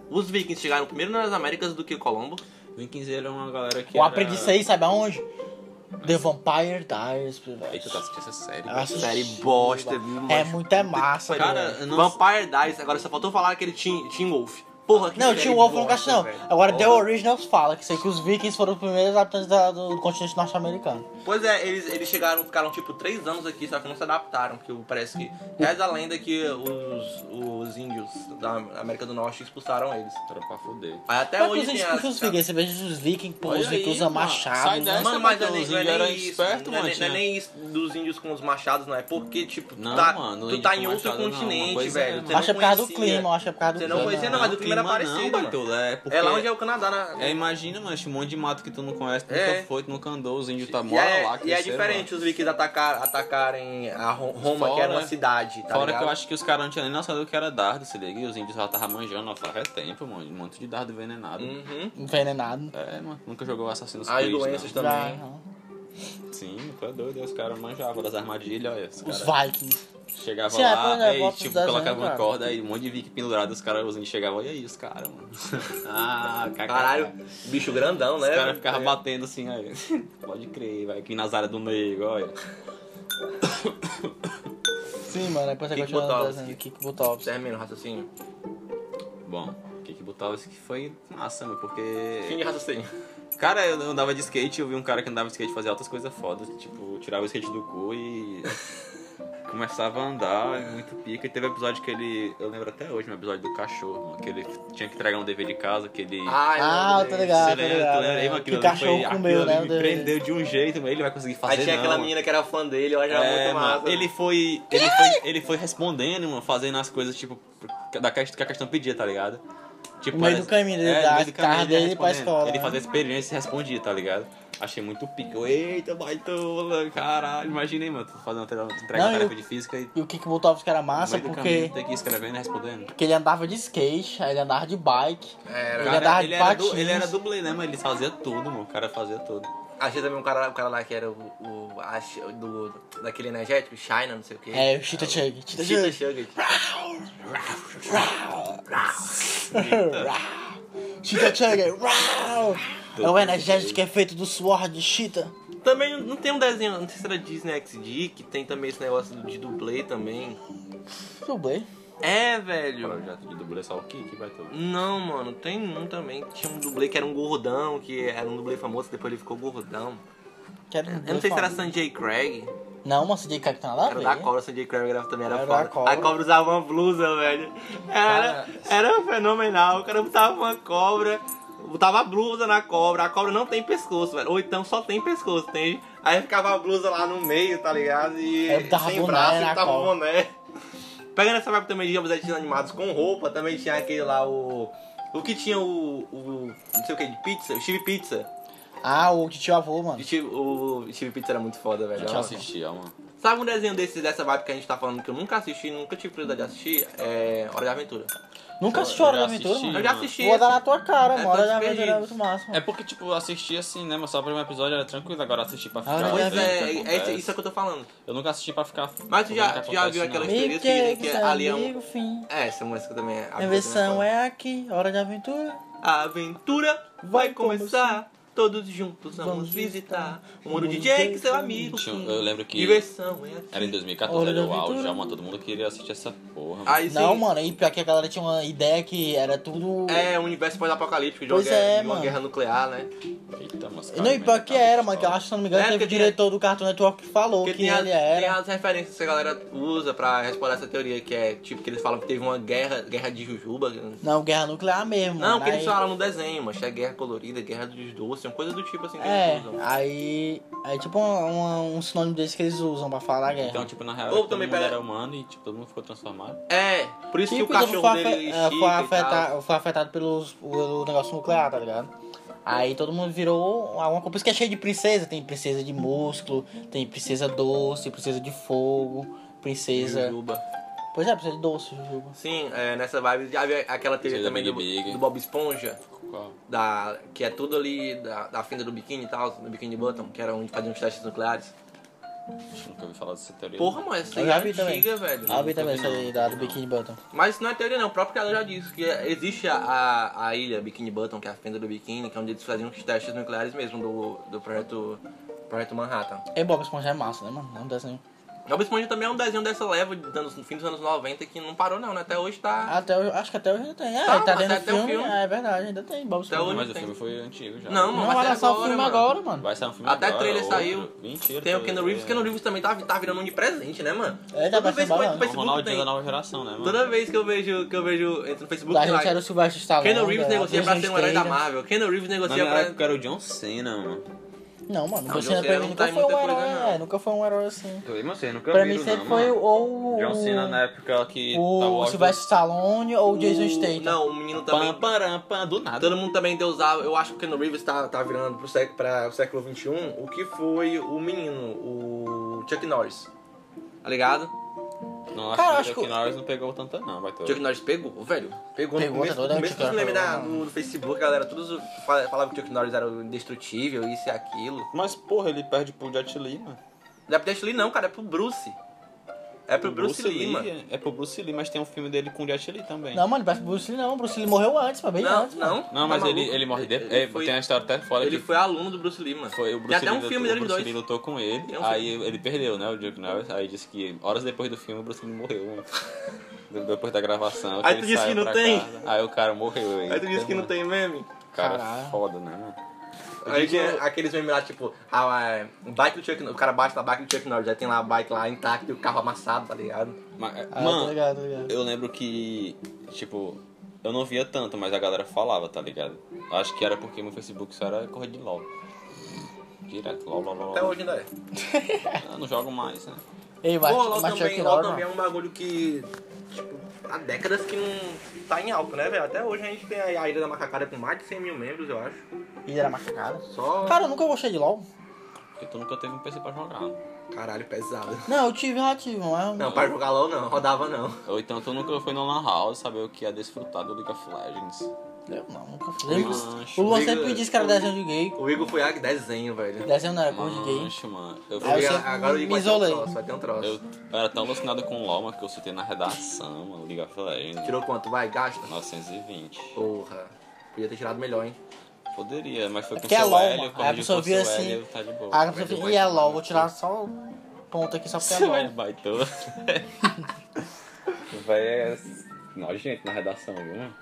Speaker 2: Os vikings chegaram primeiro nas Américas do que Colombo.
Speaker 3: Vikings era uma galera que.
Speaker 1: O
Speaker 3: era-
Speaker 1: aprendi isso aí, sabe aonde? The Vampire Diaries, velho.
Speaker 3: Eita, tá assistindo essa série.
Speaker 1: Eu
Speaker 3: cara.
Speaker 1: assisti,
Speaker 2: série bosta,
Speaker 1: mano.
Speaker 2: viu,
Speaker 1: É
Speaker 2: mano?
Speaker 1: muito é massa,
Speaker 3: Cara,
Speaker 1: velho.
Speaker 3: eu não-
Speaker 2: Vampire Diaries, agora só faltou falar aquele Team, team um Wolf. Porra, que
Speaker 1: Não,
Speaker 3: é
Speaker 2: série
Speaker 1: tinha o Wolf no
Speaker 2: bosta,
Speaker 1: caixa não.
Speaker 2: velho.
Speaker 1: Agora The
Speaker 2: Porra.
Speaker 1: Originals fala que, sei que os vikings foram os primeiros habitantes da- do continente norte-americano.
Speaker 2: Pois é, eles, eles chegaram, ficaram tipo três anos aqui, só que não se adaptaram, porque parece que. Reza a lenda que os, os índios da América do Norte expulsaram eles.
Speaker 3: Era pra foder.
Speaker 2: Aí até
Speaker 1: Mas
Speaker 2: hoje.
Speaker 1: os
Speaker 2: tem
Speaker 1: índios
Speaker 2: essa-
Speaker 1: puxam os vikings, você veja os vikings, pô, os
Speaker 3: Olha
Speaker 1: vikings
Speaker 3: aí,
Speaker 1: usam
Speaker 3: mano. Sai
Speaker 1: machado, né?
Speaker 3: dessa.
Speaker 2: Mano, mas não é nem,
Speaker 3: Os
Speaker 2: não é
Speaker 3: índios eram
Speaker 2: nem isso.
Speaker 3: espertos,
Speaker 2: não, é, nem-
Speaker 3: mano,
Speaker 2: não é
Speaker 3: tinha-
Speaker 2: nem isso dos índios com os machados, não. É porque, tipo, tu
Speaker 3: Não,
Speaker 2: tá,
Speaker 3: mano,
Speaker 2: tu
Speaker 3: índio
Speaker 2: tá
Speaker 3: com
Speaker 2: em outro
Speaker 3: machado não, uma
Speaker 2: continente,
Speaker 3: coisa é,
Speaker 2: velho.
Speaker 3: mano.
Speaker 2: Você não
Speaker 1: Acho que é por causa do
Speaker 2: conhecia.
Speaker 1: clima, eu acho que é por causa do
Speaker 2: Você
Speaker 1: clima.
Speaker 2: não conhecia, não, mas o clima era
Speaker 3: clima
Speaker 2: parecido.
Speaker 3: Não,
Speaker 2: mano.
Speaker 3: Baitola, é porque...
Speaker 2: É lá onde é o Canadá,
Speaker 3: É,
Speaker 2: né?
Speaker 3: imagina, mano, esse monte de mato que tu não conhece, tu
Speaker 2: É.
Speaker 3: nunca foi, tu nunca andou, os índios tá
Speaker 2: e
Speaker 3: mora
Speaker 2: é,
Speaker 3: lá,
Speaker 2: e é
Speaker 3: cresceram lá.
Speaker 2: diferente os vikings atacar, atacarem a Ro- Roma, que
Speaker 3: Fora-
Speaker 2: era uma cidade, tá
Speaker 3: Fora
Speaker 2: ligado?
Speaker 3: que eu acho que os caras não tinham nem noção do que era dardo, se liga, e os índios já estavam manjando, ó, faz tempo, mano, um monte de dardo envenenado.
Speaker 2: Uhum.
Speaker 1: Envenenado.
Speaker 3: É, mano, nunca jogou Assassin's
Speaker 2: As
Speaker 3: Creed,
Speaker 2: doenças
Speaker 1: Já,
Speaker 2: também.
Speaker 1: não.
Speaker 3: não. Sim, tu é doido, e os caras manjavam das armadilhas, olha, os
Speaker 1: Os
Speaker 3: caras
Speaker 1: vikings.
Speaker 3: chegavam
Speaker 1: Sim, é, pois
Speaker 3: lá,
Speaker 1: é,
Speaker 3: aí,
Speaker 1: volta
Speaker 3: tipo,
Speaker 1: das
Speaker 3: colocavam uma
Speaker 1: armas,
Speaker 3: corda, aí um monte de vic pendurado, os caras, os índios chegavam, e aí, os caras, mano. ah, kkk.
Speaker 2: Caralho, bicho grandão, né?
Speaker 3: Os caras
Speaker 1: é.
Speaker 3: ficavam batendo assim, aí. Pode crer, vai aqui nas áreas do meio, olha.
Speaker 1: Sim, mano, depois você
Speaker 2: Kick
Speaker 1: continua no
Speaker 2: Buttowski.
Speaker 1: desenho. Kick Buttowski.
Speaker 2: É. Termina o raciocínio.
Speaker 3: Bom, o que que botava isso que foi massa, mano,
Speaker 2: Fim
Speaker 3: porque.
Speaker 2: de raciocínio.
Speaker 3: Cara, eu andava de skate, eu vi um cara que andava de skate fazer altas coisas fodas, tipo, tirava o skate do cu e. Começava a andar, muito pica. E teve um episódio que ele. Eu lembro até hoje, um episódio do cachorro, mano, que ele tinha que entregar um dever de casa, que ele.
Speaker 2: eu
Speaker 1: Ah,
Speaker 2: lembrei.
Speaker 1: tá ligado,
Speaker 3: Você
Speaker 1: tá
Speaker 3: lembra, tu né? lembra? Aí, mano,
Speaker 1: ligado.
Speaker 3: aquilo
Speaker 1: Que
Speaker 3: ali
Speaker 1: cachorro
Speaker 3: foi-
Speaker 1: comeu,
Speaker 3: aquilo
Speaker 1: né?
Speaker 3: ali
Speaker 1: o
Speaker 3: Me
Speaker 1: dever.
Speaker 3: prendeu de um jeito, mano, ele vai conseguir fazer.
Speaker 2: Aí tinha
Speaker 3: não,
Speaker 2: aquela
Speaker 3: mano.
Speaker 2: menina que era fã dele, eu achava
Speaker 3: É,
Speaker 2: muito
Speaker 3: mano,
Speaker 2: massa.
Speaker 3: ele foi, ele foi. Ele foi respondendo, mano, fazendo as coisas, tipo, da quest- que a questão pedia, tá ligado? Tipo,
Speaker 1: No meio do caminho, ele
Speaker 3: no
Speaker 1: dá
Speaker 3: meio do
Speaker 1: a carta
Speaker 3: ele ia
Speaker 1: dele pra
Speaker 3: respondendo.
Speaker 1: escola,
Speaker 3: Ele
Speaker 1: né?
Speaker 3: fazia experiência e respondia, tá ligado? Achei muito pico. Eu, Eita, baitola, caralho. Imagina aí, mano, tu fazendo uma tarefa- entrega
Speaker 1: Não, e
Speaker 3: uma tarefa
Speaker 1: o-
Speaker 3: de física e.
Speaker 1: E o Kick Buttowski era massa
Speaker 3: no meio do caminho,
Speaker 1: porque
Speaker 3: tu tem que ir escrevendo e respondendo.
Speaker 1: porque ele andava de skate, aí ele andava de bike,
Speaker 2: É,
Speaker 1: ele
Speaker 2: Era.
Speaker 1: é andava
Speaker 3: ele,
Speaker 1: de
Speaker 3: era
Speaker 1: patins.
Speaker 3: du, ele era dublê, né, mano? Ele fazia tudo, mano. O cara fazia tudo.
Speaker 2: Achei também um cara, um cara lá que era o. o a, do, daquele energético, China, não sei o quê. Ah,
Speaker 1: É, o Cheetah Chug. Cheetah
Speaker 2: Cheetah
Speaker 1: Chug.
Speaker 2: Chugget.
Speaker 3: então.
Speaker 1: Cheetah Chug. Uau! É o energético que é feito do suor de Cheetah.
Speaker 2: Também não tem um desenho, não sei se era Disney XD, que tem também esse negócio de dublê também.
Speaker 1: Tudo bem.
Speaker 2: É, velho.
Speaker 3: Projeto de dublê é só o que que vai todo.
Speaker 2: Não, mano, tem um também. que Tinha um dublê que era um gordão, que era um dublê famoso, depois ele ficou gordão.
Speaker 1: Quero
Speaker 2: Eu não sei se era Sanjay Craig.
Speaker 1: Não, mas de cara que tem nada a
Speaker 2: Era
Speaker 1: ver.
Speaker 2: da cobra, Sanjay Craig era, também era,
Speaker 1: Era
Speaker 2: foda.
Speaker 1: da cobra.
Speaker 2: A cobra usava uma blusa, velho. Era, era fenomenal. O cara botava uma cobra, botava a blusa na cobra. A cobra não tem pescoço, velho. Ou então só tem pescoço, tem. Aí ficava a blusa lá no meio, tá ligado? E
Speaker 1: Aí botava
Speaker 2: sem
Speaker 1: É, boné
Speaker 2: braço,
Speaker 1: na
Speaker 2: e tava
Speaker 1: cobra.
Speaker 2: boné. Pegando essa vibe também de objetos animados com roupa, também tinha aquele lá, o... O que tinha o... o não sei o que, de pizza, o Steve Pizza.
Speaker 1: Ah, o tio avô, mano.
Speaker 2: Steve- O Steve Pizza era muito foda, velho.
Speaker 3: Eu assisti, ó, mano.
Speaker 2: Sabe um desenho desse, dessa vibe que a gente tá falando que eu nunca assisti, nunca tive curiosidade de assistir? É Hora da Aventura.
Speaker 1: Nunca assistiu
Speaker 3: eu
Speaker 1: Hora da
Speaker 3: já
Speaker 1: Aventura,
Speaker 3: assisti.
Speaker 1: mano?
Speaker 2: Eu já assisti.
Speaker 1: Vou dar na tua cara,
Speaker 2: É,
Speaker 1: mano. Hora
Speaker 2: todos
Speaker 1: da Aventura é
Speaker 2: perdidos.
Speaker 1: muito massa, mano.
Speaker 3: É porque, tipo, eu assisti assim, né, mano? Só o primeiro episódio era tranquilo, agora assistir pra
Speaker 1: Ah,
Speaker 3: ficar.
Speaker 1: não,
Speaker 2: Pois
Speaker 3: vendo o que
Speaker 2: é, é,
Speaker 3: então, acontece.
Speaker 2: isso é que eu tô falando.
Speaker 3: Eu nunca assisti pra ficar.
Speaker 2: Mas tu já-
Speaker 3: vendo o que
Speaker 2: tu já viu
Speaker 3: acontece,
Speaker 2: aquela
Speaker 3: não.
Speaker 2: história? teorias que dizem que ali é um-
Speaker 1: amigo, fim.
Speaker 2: É, essa música também é.
Speaker 1: A versão é aqui, Hora da Aventura.
Speaker 2: A aventura vai começar. Todos juntos vamos
Speaker 1: Vamos
Speaker 2: visitar. O
Speaker 1: o
Speaker 2: mundo de
Speaker 1: mundo
Speaker 2: Jake,
Speaker 1: de
Speaker 2: seu
Speaker 1: Jake.
Speaker 2: amigo.
Speaker 3: Tio,
Speaker 2: sim.
Speaker 3: um- eu lembro que-
Speaker 2: Diversão é aqui.
Speaker 3: Era em 2014,
Speaker 1: Hora
Speaker 3: era
Speaker 1: da
Speaker 3: o auge,
Speaker 1: Aventura.
Speaker 3: ó, mano. Todo mundo queria assistir essa porra.
Speaker 2: Aí sim.
Speaker 1: Não, mano, e pior que a galera tinha uma ideia que era tudo.
Speaker 2: É, um universo pós-apocalíptico, de uma
Speaker 1: Pois é,
Speaker 2: guerra- de uma
Speaker 1: mano.
Speaker 2: guerra nuclear, né?
Speaker 3: mano. Eita, mas tá
Speaker 1: Não, e pior que era, mano, que eu acho que se não me engano,
Speaker 2: É,
Speaker 1: teve o
Speaker 2: porque
Speaker 1: diretor do Cartoon Network que falou que
Speaker 2: Porque tem, as-
Speaker 1: ele
Speaker 2: tem
Speaker 1: era.
Speaker 2: as referências que a galera usa pra responder essa teoria, que é tipo que eles falam que teve uma guerra, guerra de Jujuba.
Speaker 1: Não, guerra nuclear mesmo.
Speaker 2: Não,
Speaker 1: mano.
Speaker 2: que eles
Speaker 1: Aí-
Speaker 2: falaram no desenho, mas é guerra colorida, guerra dos doces, uma coisa do tipo assim que
Speaker 1: É,
Speaker 2: eles usam.
Speaker 1: aí. É tipo um, um- um sinônimo desse que eles usam pra falar guerra.
Speaker 3: Então, tipo, na real,
Speaker 2: Ou
Speaker 3: todo
Speaker 2: também
Speaker 3: mundo
Speaker 2: pega-
Speaker 3: era humano e tipo, todo mundo ficou transformado.
Speaker 2: É, por isso que o
Speaker 1: Tipo, então,
Speaker 2: cachorro
Speaker 1: foi,
Speaker 2: dele
Speaker 1: afe- é,
Speaker 2: estica
Speaker 1: foi,
Speaker 2: e tal.
Speaker 1: afeta- foi afetado pelos, pelo negócio nuclear, tá ligado? Aí todo mundo virou alguma coisa. Por isso que é cheio de princesa. Tem princesa de músculo, tem princesa doce, princesa de fogo, princesa.
Speaker 2: Jujuba.
Speaker 1: Pois é, princesa de doce, Jujuba.
Speaker 2: Sim, é, nessa vibe já havia aquela teoria
Speaker 3: Seja
Speaker 2: também do,
Speaker 3: Big é Big.
Speaker 2: do Bob Esponja,
Speaker 3: Qual?
Speaker 2: da, que é tudo ali da, da fenda do biquíni e tal, do biquíni button, que era onde faziam os testes nucleares.
Speaker 3: Acho que nunca ouvi falar dessa teoria.
Speaker 2: Porra, mano, essa
Speaker 1: Eu
Speaker 2: aí é
Speaker 1: já vi também.
Speaker 2: antiga, velho.
Speaker 1: Ah, vi também essa
Speaker 3: vi,
Speaker 1: aí
Speaker 3: não,
Speaker 1: da do
Speaker 3: não.
Speaker 1: Bikini Button.
Speaker 2: Mas isso não é teoria não, o próprio cara já disse que existe a- a, a ilha Bikini Button, que é a fenda do biquíni, que é onde eles faziam os testes nucleares mesmo do, do projeto, projeto Manhattan.
Speaker 1: E Bob Esponja é massa, né, mano? É um desenho.
Speaker 2: Bob Esponja também é um desenho dessa leva, de anos- no fim dos anos 90, que não parou não, né? Até hoje tá...
Speaker 1: Até hoje, acho que até hoje ainda tem. É,
Speaker 2: Tá,
Speaker 1: tá
Speaker 2: mas
Speaker 1: dentro do
Speaker 2: até o
Speaker 1: filme.
Speaker 2: filme.
Speaker 1: É verdade, ainda tem Bob
Speaker 2: Até
Speaker 1: Esponja.
Speaker 2: hoje.
Speaker 3: Mas o
Speaker 2: tem.
Speaker 3: filme foi antigo já.
Speaker 2: Não,
Speaker 1: Não,
Speaker 2: mas
Speaker 1: vai
Speaker 2: até
Speaker 1: lançar o
Speaker 2: agora,
Speaker 1: filme
Speaker 2: mano.
Speaker 1: agora, mano.
Speaker 3: Vai sair um filme
Speaker 2: Até
Speaker 3: agora,
Speaker 2: trailer
Speaker 3: outro.
Speaker 2: saiu.
Speaker 3: Mentira.
Speaker 2: Tem o Keanu
Speaker 3: trailer. é.
Speaker 2: Reeves, o Keanu Reeves também tá, tá virando um de presente, né, mano?
Speaker 1: É, tá
Speaker 2: Toda vez que eu entro no
Speaker 1: passando
Speaker 3: O
Speaker 2: Facebook
Speaker 3: Ronaldinho da
Speaker 2: tem...
Speaker 3: nova geração, né, mano?
Speaker 2: Toda vez que eu vejo, que eu vejo, entro no Facebook,
Speaker 1: Da
Speaker 2: tem lá,
Speaker 1: gente era o né? Sylvester Stallone.
Speaker 2: Keanu Reeves
Speaker 1: era
Speaker 2: negocia
Speaker 1: o
Speaker 2: pra ser um herói da
Speaker 1: Jason
Speaker 2: Marvel, Keanu Reeves
Speaker 3: Na
Speaker 2: negocia
Speaker 3: minha
Speaker 2: pra...
Speaker 3: época era o John Cena, mano.
Speaker 1: Statham. Não, mano,
Speaker 2: Não,
Speaker 1: você não,
Speaker 2: John Cena
Speaker 1: pra mim
Speaker 2: não
Speaker 1: nunca
Speaker 2: tá em
Speaker 1: foi um
Speaker 2: muita coisa,
Speaker 1: herói,
Speaker 2: não.
Speaker 1: é, nunca foi um herói assim.
Speaker 3: Eu e você, nunca
Speaker 1: Pra
Speaker 3: viram,
Speaker 1: mim sempre
Speaker 3: não,
Speaker 1: foi
Speaker 3: mano.
Speaker 1: ou o.
Speaker 3: John Cena é na época que tá tava
Speaker 1: O
Speaker 3: auge do-
Speaker 1: Sylvester Stallone ou o Jason Statham.
Speaker 2: Não, o menino também...
Speaker 3: Pam, param, pam, do nada.
Speaker 2: Todo mundo também deu usar. Eu acho que o Keanu Reeves tá, tá virando pro século, pra, o século XXI o que foi o menino, o Chuck Norris. Tá ligado?
Speaker 3: Não,
Speaker 1: Cara,
Speaker 3: acho
Speaker 1: acho
Speaker 3: que
Speaker 1: que
Speaker 3: o
Speaker 1: o-
Speaker 3: Chuck Norris não pegou tanta, não, vai ter.
Speaker 2: Chuck Norris pegou, velho.
Speaker 1: Pegou,
Speaker 2: Pegou, no começo,
Speaker 1: tá
Speaker 2: no
Speaker 1: doido,
Speaker 2: começo
Speaker 1: Chuck
Speaker 2: dos memes
Speaker 1: Norris.
Speaker 2: da- no, no Facebook, galera, todos fal- falavam que o Chuck Norris era o indestrutível, isso e aquilo.
Speaker 3: Mas, porra, ele perde pro Jet Li, mano.
Speaker 2: Não é pro Jet Li não, cara, é pro Bruce. É pro, Bruce, Lee, mano.
Speaker 3: É pro Bruce Lee, mas tem um filme dele com o Jet Li também.
Speaker 1: Não, mano, parece que o Bruce Lee não. O Bruce Lee morreu antes, mas bem
Speaker 2: Não,
Speaker 1: antes. mano.
Speaker 2: não.
Speaker 3: Não,
Speaker 2: tá
Speaker 3: mas ele,
Speaker 2: maluco?
Speaker 3: ele morre depois.
Speaker 2: Ele foi,
Speaker 3: tem uma história até fora
Speaker 2: ele
Speaker 3: que
Speaker 2: foi aluno do Bruce Lee, mano.
Speaker 3: foi o
Speaker 2: Tem
Speaker 3: Bruce
Speaker 2: até um
Speaker 3: Lee
Speaker 2: filme
Speaker 3: lutou-
Speaker 2: deles
Speaker 3: o Bruce
Speaker 2: dois.
Speaker 3: Lee lutou com ele,
Speaker 2: Tem um
Speaker 3: aí ele perdeu, né, o Chuck Norris, aí disse que horas depois do filme o Bruce Lee morreu, mano. De- depois da gravação.
Speaker 2: Aí
Speaker 3: ele
Speaker 2: tu disse
Speaker 3: saiu
Speaker 2: que não
Speaker 3: pra
Speaker 2: tem?
Speaker 3: casa, aí o cara morreu.
Speaker 2: Aí tu disse que não
Speaker 3: mano.
Speaker 2: tem meme?
Speaker 3: O cara é
Speaker 1: Caralho.
Speaker 3: foda, né, mano?
Speaker 2: Aí tinha é aqueles memes lá, tipo, a, a bike do Chuck Norris, o cara bate na bike do Chuck Norris, aí tem lá a bike lá intacta e o carro amassado, tá ligado?
Speaker 3: Mas, é,
Speaker 1: Ah,
Speaker 3: mano,
Speaker 1: tá ligado, tá ligado.
Speaker 3: eu lembro que, tipo, eu não via tanto, mas a galera falava, tá ligado? Acho que era porque meu Facebook só era correr de LOL. Direto, LOL, LOL, LOL.
Speaker 2: Até hoje ainda é.
Speaker 3: Eu não jogo mais, né?
Speaker 1: Ei, mas,
Speaker 2: Pô, LOL
Speaker 1: mas
Speaker 2: também,
Speaker 1: Chuck
Speaker 2: LOL
Speaker 1: Norris,
Speaker 2: também é
Speaker 1: mano.
Speaker 2: um bagulho que, tipo, há décadas que não tá em alta, né, velho? Até hoje a gente tem a, a Ilha da Macacada com mais de 100 mil membros, eu acho.
Speaker 1: Ele era macacada.
Speaker 2: Só...
Speaker 1: Cara, eu nunca gostei de LOL.
Speaker 3: Porque tu nunca teve um PC pra jogar.
Speaker 2: Caralho, pesado.
Speaker 1: Não, eu tive relativo, mas.
Speaker 2: Não, pra jogar LOL não, rodava não.
Speaker 3: Ou então tu nunca foi no Lan House saber o que é desfrutar do League of Legends.
Speaker 1: Eu não, nunca
Speaker 2: O
Speaker 1: fui.
Speaker 2: Igor-
Speaker 1: O Luan
Speaker 2: o Igor-
Speaker 1: sempre disse que era desenho de gay.
Speaker 2: O Igor foi a desenho, velho.
Speaker 1: Desenho não era coisa de gay.
Speaker 3: Mancho, mano. Eu,
Speaker 1: Aí
Speaker 3: fui,
Speaker 1: Ah, eu
Speaker 2: Agora-
Speaker 1: sempre
Speaker 2: Agora o
Speaker 1: me
Speaker 2: Igor vai ter um
Speaker 1: isolei.
Speaker 2: troço, vai ter um troço.
Speaker 3: eu era tão alucinado com o LOL, mano, que eu citei na redação, mano, League of Legends.
Speaker 2: Tirou quanto? Vai, gasta.
Speaker 3: 920.
Speaker 2: Porra. Podia ter tirado melhor, hein?
Speaker 3: Poderia, mas foi com o
Speaker 1: que é
Speaker 3: seu
Speaker 1: LOL,
Speaker 3: Hélio,
Speaker 1: mano.
Speaker 3: corrigiu
Speaker 1: Aí a pessoa
Speaker 3: com o
Speaker 1: via
Speaker 3: seu
Speaker 1: assim,
Speaker 3: Hélio, tá de boa.
Speaker 1: Ah, a pessoa
Speaker 2: Mas eu
Speaker 1: fica,
Speaker 2: vou
Speaker 1: e é
Speaker 2: chamar
Speaker 1: LOL,
Speaker 2: no
Speaker 1: vou tirar só o ponto aqui só porque é
Speaker 3: Seu Hélio
Speaker 1: LOL.
Speaker 3: baitou. Vai é nojento na redação, viu, mano?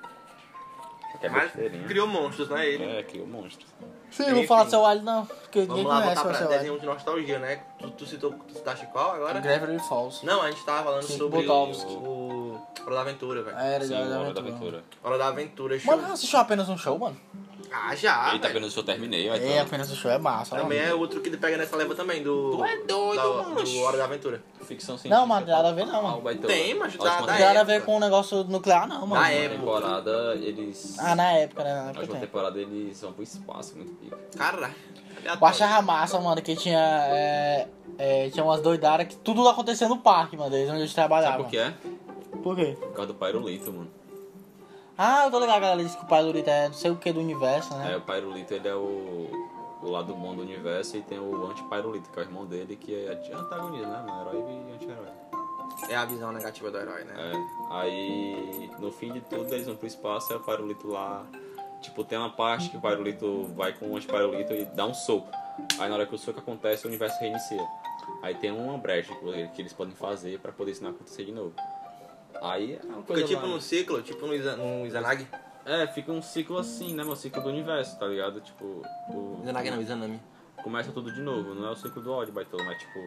Speaker 3: Que é
Speaker 2: Mas
Speaker 3: besteirinha.
Speaker 2: criou monstros, né, ele?
Speaker 3: É, criou monstro.
Speaker 1: Sim, não vou falar do
Speaker 2: Enfim.
Speaker 1: seu alho não, porque ninguém
Speaker 2: Vamos lá,
Speaker 1: conhece
Speaker 2: voltar
Speaker 1: o
Speaker 2: pra
Speaker 1: seu alho.
Speaker 2: desenho de nostalgia, né? Tu, tu citou, tu citaste qual agora?
Speaker 1: Gravity Falls.
Speaker 2: Não, a gente tava falando
Speaker 1: Sim, É,
Speaker 2: sobre
Speaker 1: Botowski.
Speaker 2: o... Hora da Aventura, velho.
Speaker 1: Era
Speaker 3: Sim,
Speaker 1: da
Speaker 3: Hora da
Speaker 1: aventura.
Speaker 3: Aventura.
Speaker 2: Hora da Aventura, show.
Speaker 1: Mano, você assistiu apenas um show, mano?
Speaker 2: Ah, já.
Speaker 3: Eita,
Speaker 2: velho.
Speaker 3: apenas eu terminei, ó.
Speaker 1: É,
Speaker 3: Então,
Speaker 1: apenas o show é massa. olha lá.
Speaker 2: Também é outro que pega nessa leva também, do.
Speaker 3: Tu é doido,
Speaker 2: da,
Speaker 3: mano.
Speaker 2: Do Hora da Aventura.
Speaker 3: ficção científica.
Speaker 1: Não, mano, não tem nada a ver não,
Speaker 4: Ah, o
Speaker 1: mano.
Speaker 4: Baitola.
Speaker 2: Tem, mas
Speaker 3: Ótima
Speaker 2: da, da
Speaker 1: Não tem
Speaker 2: época.
Speaker 1: nada a ver com o negócio nuclear não, mano.
Speaker 2: Da
Speaker 4: é,
Speaker 3: Na
Speaker 2: época.
Speaker 3: temporada, eles.
Speaker 1: Ah, na época, né? Na
Speaker 3: Na
Speaker 1: época
Speaker 3: última
Speaker 1: tem.
Speaker 3: temporada, eles vão pro espaço, muito pica.
Speaker 2: Caralho.
Speaker 1: Eu achava massa, mano, que tinha. É, é, tinha umas doidaras que tudo acontecia no parque, mano, desde onde eles
Speaker 3: Sabe
Speaker 1: trabalhavam.
Speaker 3: por que é?
Speaker 1: Por quê?
Speaker 3: Por causa do Pyrolito, mano.
Speaker 1: Ah, eu tô ligado, galera. Diz que o pai do Lito é não sei o que do universo, né?
Speaker 3: É, o Pyrolito, ele é o. O lado bom do universo e tem o anti-Pyrolito, que é o irmão dele, que é antagonista, né, mano? Herói e anti-herói.
Speaker 2: É a visão negativa do herói, né?
Speaker 3: É, aí no fim de tudo eles vão pro espaço e o Pyrolito lá. Tipo, tem uma parte que o Pyrolito vai com o anti-Pyrolito e dá um soco. Aí na hora que o soco acontece, o universo reinicia. Aí tem uma brecha que que eles podem fazer pra poder isso não acontecer de novo. Aí é uma coisa.
Speaker 2: Fica tipo
Speaker 3: lá,
Speaker 2: num
Speaker 3: né?
Speaker 2: ciclo, tipo no, Iza, no Izanagi.
Speaker 3: É, fica um ciclo assim, né, mano? O ciclo do universo, tá ligado? Tipo. o-
Speaker 2: Izanagi não, Izanami.
Speaker 3: começa tudo de novo, não é o ciclo do ódio, Baitola, mas tipo.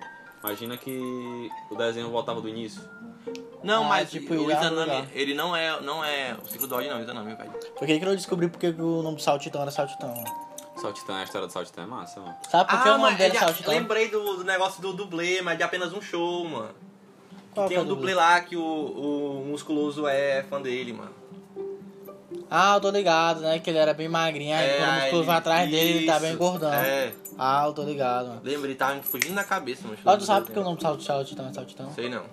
Speaker 3: Imagina que o desenho voltava do início.
Speaker 2: Não,
Speaker 1: Ah,
Speaker 2: mas
Speaker 1: tipo,
Speaker 2: o
Speaker 1: irá
Speaker 2: Izanami,
Speaker 1: mudar.
Speaker 2: ele não é, não é o ciclo do ódio, não, o Izanami, velho.
Speaker 1: Por que que eu não descobri porque que o nome do Saltitão era Saltitão, mano?
Speaker 3: Saltitã, a história do Saltitã é massa, mano.
Speaker 1: Sabe por que o nome
Speaker 2: Ah, mas
Speaker 1: dele é
Speaker 2: já-
Speaker 1: Saltitão?
Speaker 2: lembrei do, do negócio do dublê, mas de apenas um show, mano. Que
Speaker 1: Qual
Speaker 2: tem
Speaker 1: que é
Speaker 2: um
Speaker 1: o
Speaker 2: dublê
Speaker 1: dublê?
Speaker 2: lá que o, o musculoso é fã dele, mano.
Speaker 1: Ah, eu tô ligado, né? Que ele era bem magrinho, aí É, quando o músculo
Speaker 2: ele-
Speaker 1: vai atrás dele, ele tá
Speaker 2: É, isso,
Speaker 1: bem gordão.
Speaker 2: É,
Speaker 1: Ah, eu tô ligado, mano.
Speaker 2: lembra, ele tava me fugindo da cabeça, mano.
Speaker 1: Mas tu sabe por que o nome do Sal- Saltitão é Saltitão?
Speaker 2: Sei não.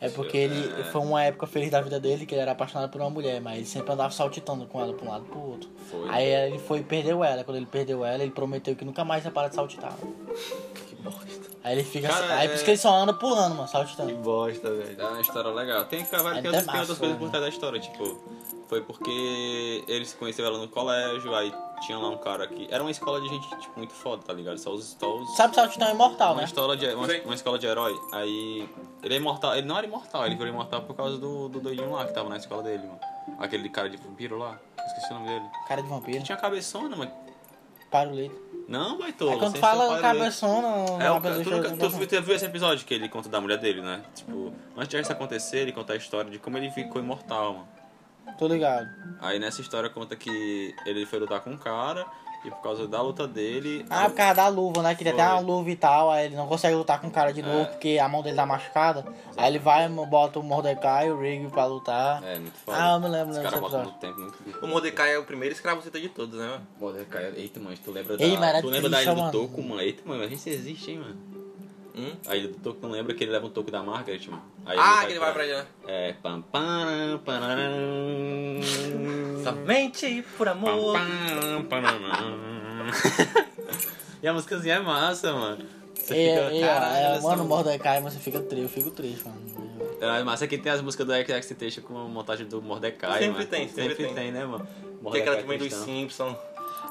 Speaker 1: É porque ele foi uma época feliz da vida dele, que ele era apaixonado por uma mulher, mas ele sempre andava saltitando com ela pra um lado e pro outro.
Speaker 3: Foi.
Speaker 1: Aí ele foi e perdeu ela. Quando ele perdeu ela, ele prometeu que nunca mais ia parar de saltitar.
Speaker 2: Que bosta.
Speaker 1: Aí ele fica
Speaker 2: Cara,
Speaker 1: assim. Aí por isso que
Speaker 2: é-
Speaker 1: ele só anda pulando, mano, saltitando.
Speaker 2: bosta, velho.
Speaker 3: É uma história legal. Tem, cara, várias-
Speaker 1: É
Speaker 3: tem,
Speaker 1: até
Speaker 3: outras- tem outras
Speaker 1: massa,
Speaker 3: coisas por
Speaker 1: né?
Speaker 3: trás da história, tipo. Foi porque eles se conheceram ela no colégio, aí tinha lá um cara que. Era uma escola de gente, tipo, muito foda, tá ligado? Só os stalls.
Speaker 1: Sabe que saltitão é imortal,
Speaker 3: uma,
Speaker 1: né?
Speaker 3: escola de, uma,
Speaker 2: Sim.
Speaker 3: uma escola de herói. Aí. Ele é imortal. Ele não era imortal, ele virou imortal por causa do, do doidinho lá que tava na escola dele, mano. Aquele cara de vampiro lá. Esqueci o nome dele.
Speaker 1: Cara de
Speaker 3: Ele
Speaker 1: vampiro,
Speaker 3: tinha cabeçona, mas.
Speaker 1: para o leito.
Speaker 3: Não, vai
Speaker 1: Aí
Speaker 3: todo.
Speaker 1: quando fala cabeçona,
Speaker 3: É,
Speaker 1: uma pessoa
Speaker 3: o cara, tu,
Speaker 1: chega
Speaker 3: nunca,
Speaker 1: com
Speaker 3: tu,
Speaker 1: cabeção.
Speaker 3: tu viu esse episódio que ele conta da mulher dele, né? Tipo, antes de isso acontecer, ele conta a história de como ele ficou imortal, mano.
Speaker 1: Tô ligado.
Speaker 3: Aí nessa história conta que ele foi lutar com um cara e por causa da luta dele.
Speaker 1: Ah, por causa da luva, né? Queria
Speaker 3: Foi. É.
Speaker 1: até uma luva e tal, aí ele não consegue lutar com o cara de novo porque a mão dele tá machucada. Aí ele vai, bota o Mordecai e o Rig pra lutar.
Speaker 3: É, muito foda.
Speaker 1: Ah, eu me lembro
Speaker 3: Os
Speaker 1: desse
Speaker 3: caras botam
Speaker 1: episódio.
Speaker 3: muito tempo, muito
Speaker 2: O Mordecai é o primeiro escravoceta de todos, né, mano?
Speaker 3: Mordecai, eita, mano, tu lembra
Speaker 1: Ei, mas
Speaker 3: da.
Speaker 1: era
Speaker 3: Tu lembra da
Speaker 1: triste,
Speaker 3: ilha do
Speaker 1: mano.
Speaker 3: Toco, mano? Eita, mano, a gente existe, hein, mano?
Speaker 2: Hum?
Speaker 3: A ilha do Toco não lembra que ele leva um toco da Margaret, mano. Aí
Speaker 2: Ah, que ele vai pra lá.
Speaker 3: É, pam, pam, pararam.
Speaker 2: Somente por amor.
Speaker 3: Pam, pam, pam. e a músicazinha é massa, mano. Você
Speaker 1: E,
Speaker 3: fica,
Speaker 1: e,
Speaker 3: caralho,
Speaker 1: é,
Speaker 3: olha só.
Speaker 1: mano, o Mordecai, mas você fica triste, eu fico triste, mano.
Speaker 3: É, mas aqui tem as músicas do XXXTentacion com a montagem do Mordecai,
Speaker 2: Sempre
Speaker 3: mano.
Speaker 2: tem, sempre tem.
Speaker 3: né, mano?
Speaker 2: Tem
Speaker 3: Mordecai
Speaker 2: aquela também dos
Speaker 3: cristão.
Speaker 2: Simpsons.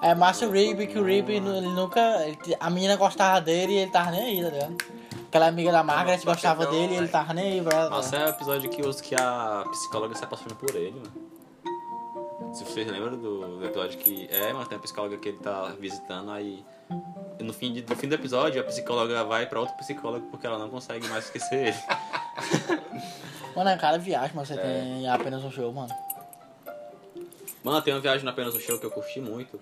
Speaker 1: É massa o Rigby, que o Rigby nu- ele nunca. ele t- a menina gostava dele e ele tava nem aí, tá ligado? Aquela amiga da Margaret
Speaker 2: Nossa,
Speaker 1: gostava
Speaker 2: não,
Speaker 1: dele e ele
Speaker 2: velho.
Speaker 1: tava nem aí, velho.
Speaker 3: Nossa, é o episódio que, os, que a psicóloga sai passando por ele, mano. Se vocês lembram do, do episódio que. É, mano, tem uma psicóloga que ele tá visitando, aí. No fim, de- no fim do episódio, a psicóloga vai pra outro psicólogo porque ela não consegue mais esquecer ele.
Speaker 1: Mano, é cara viagem, mas você tem apenas um show, mano.
Speaker 3: Mano, tem uma viagem apenas no show que eu curti muito,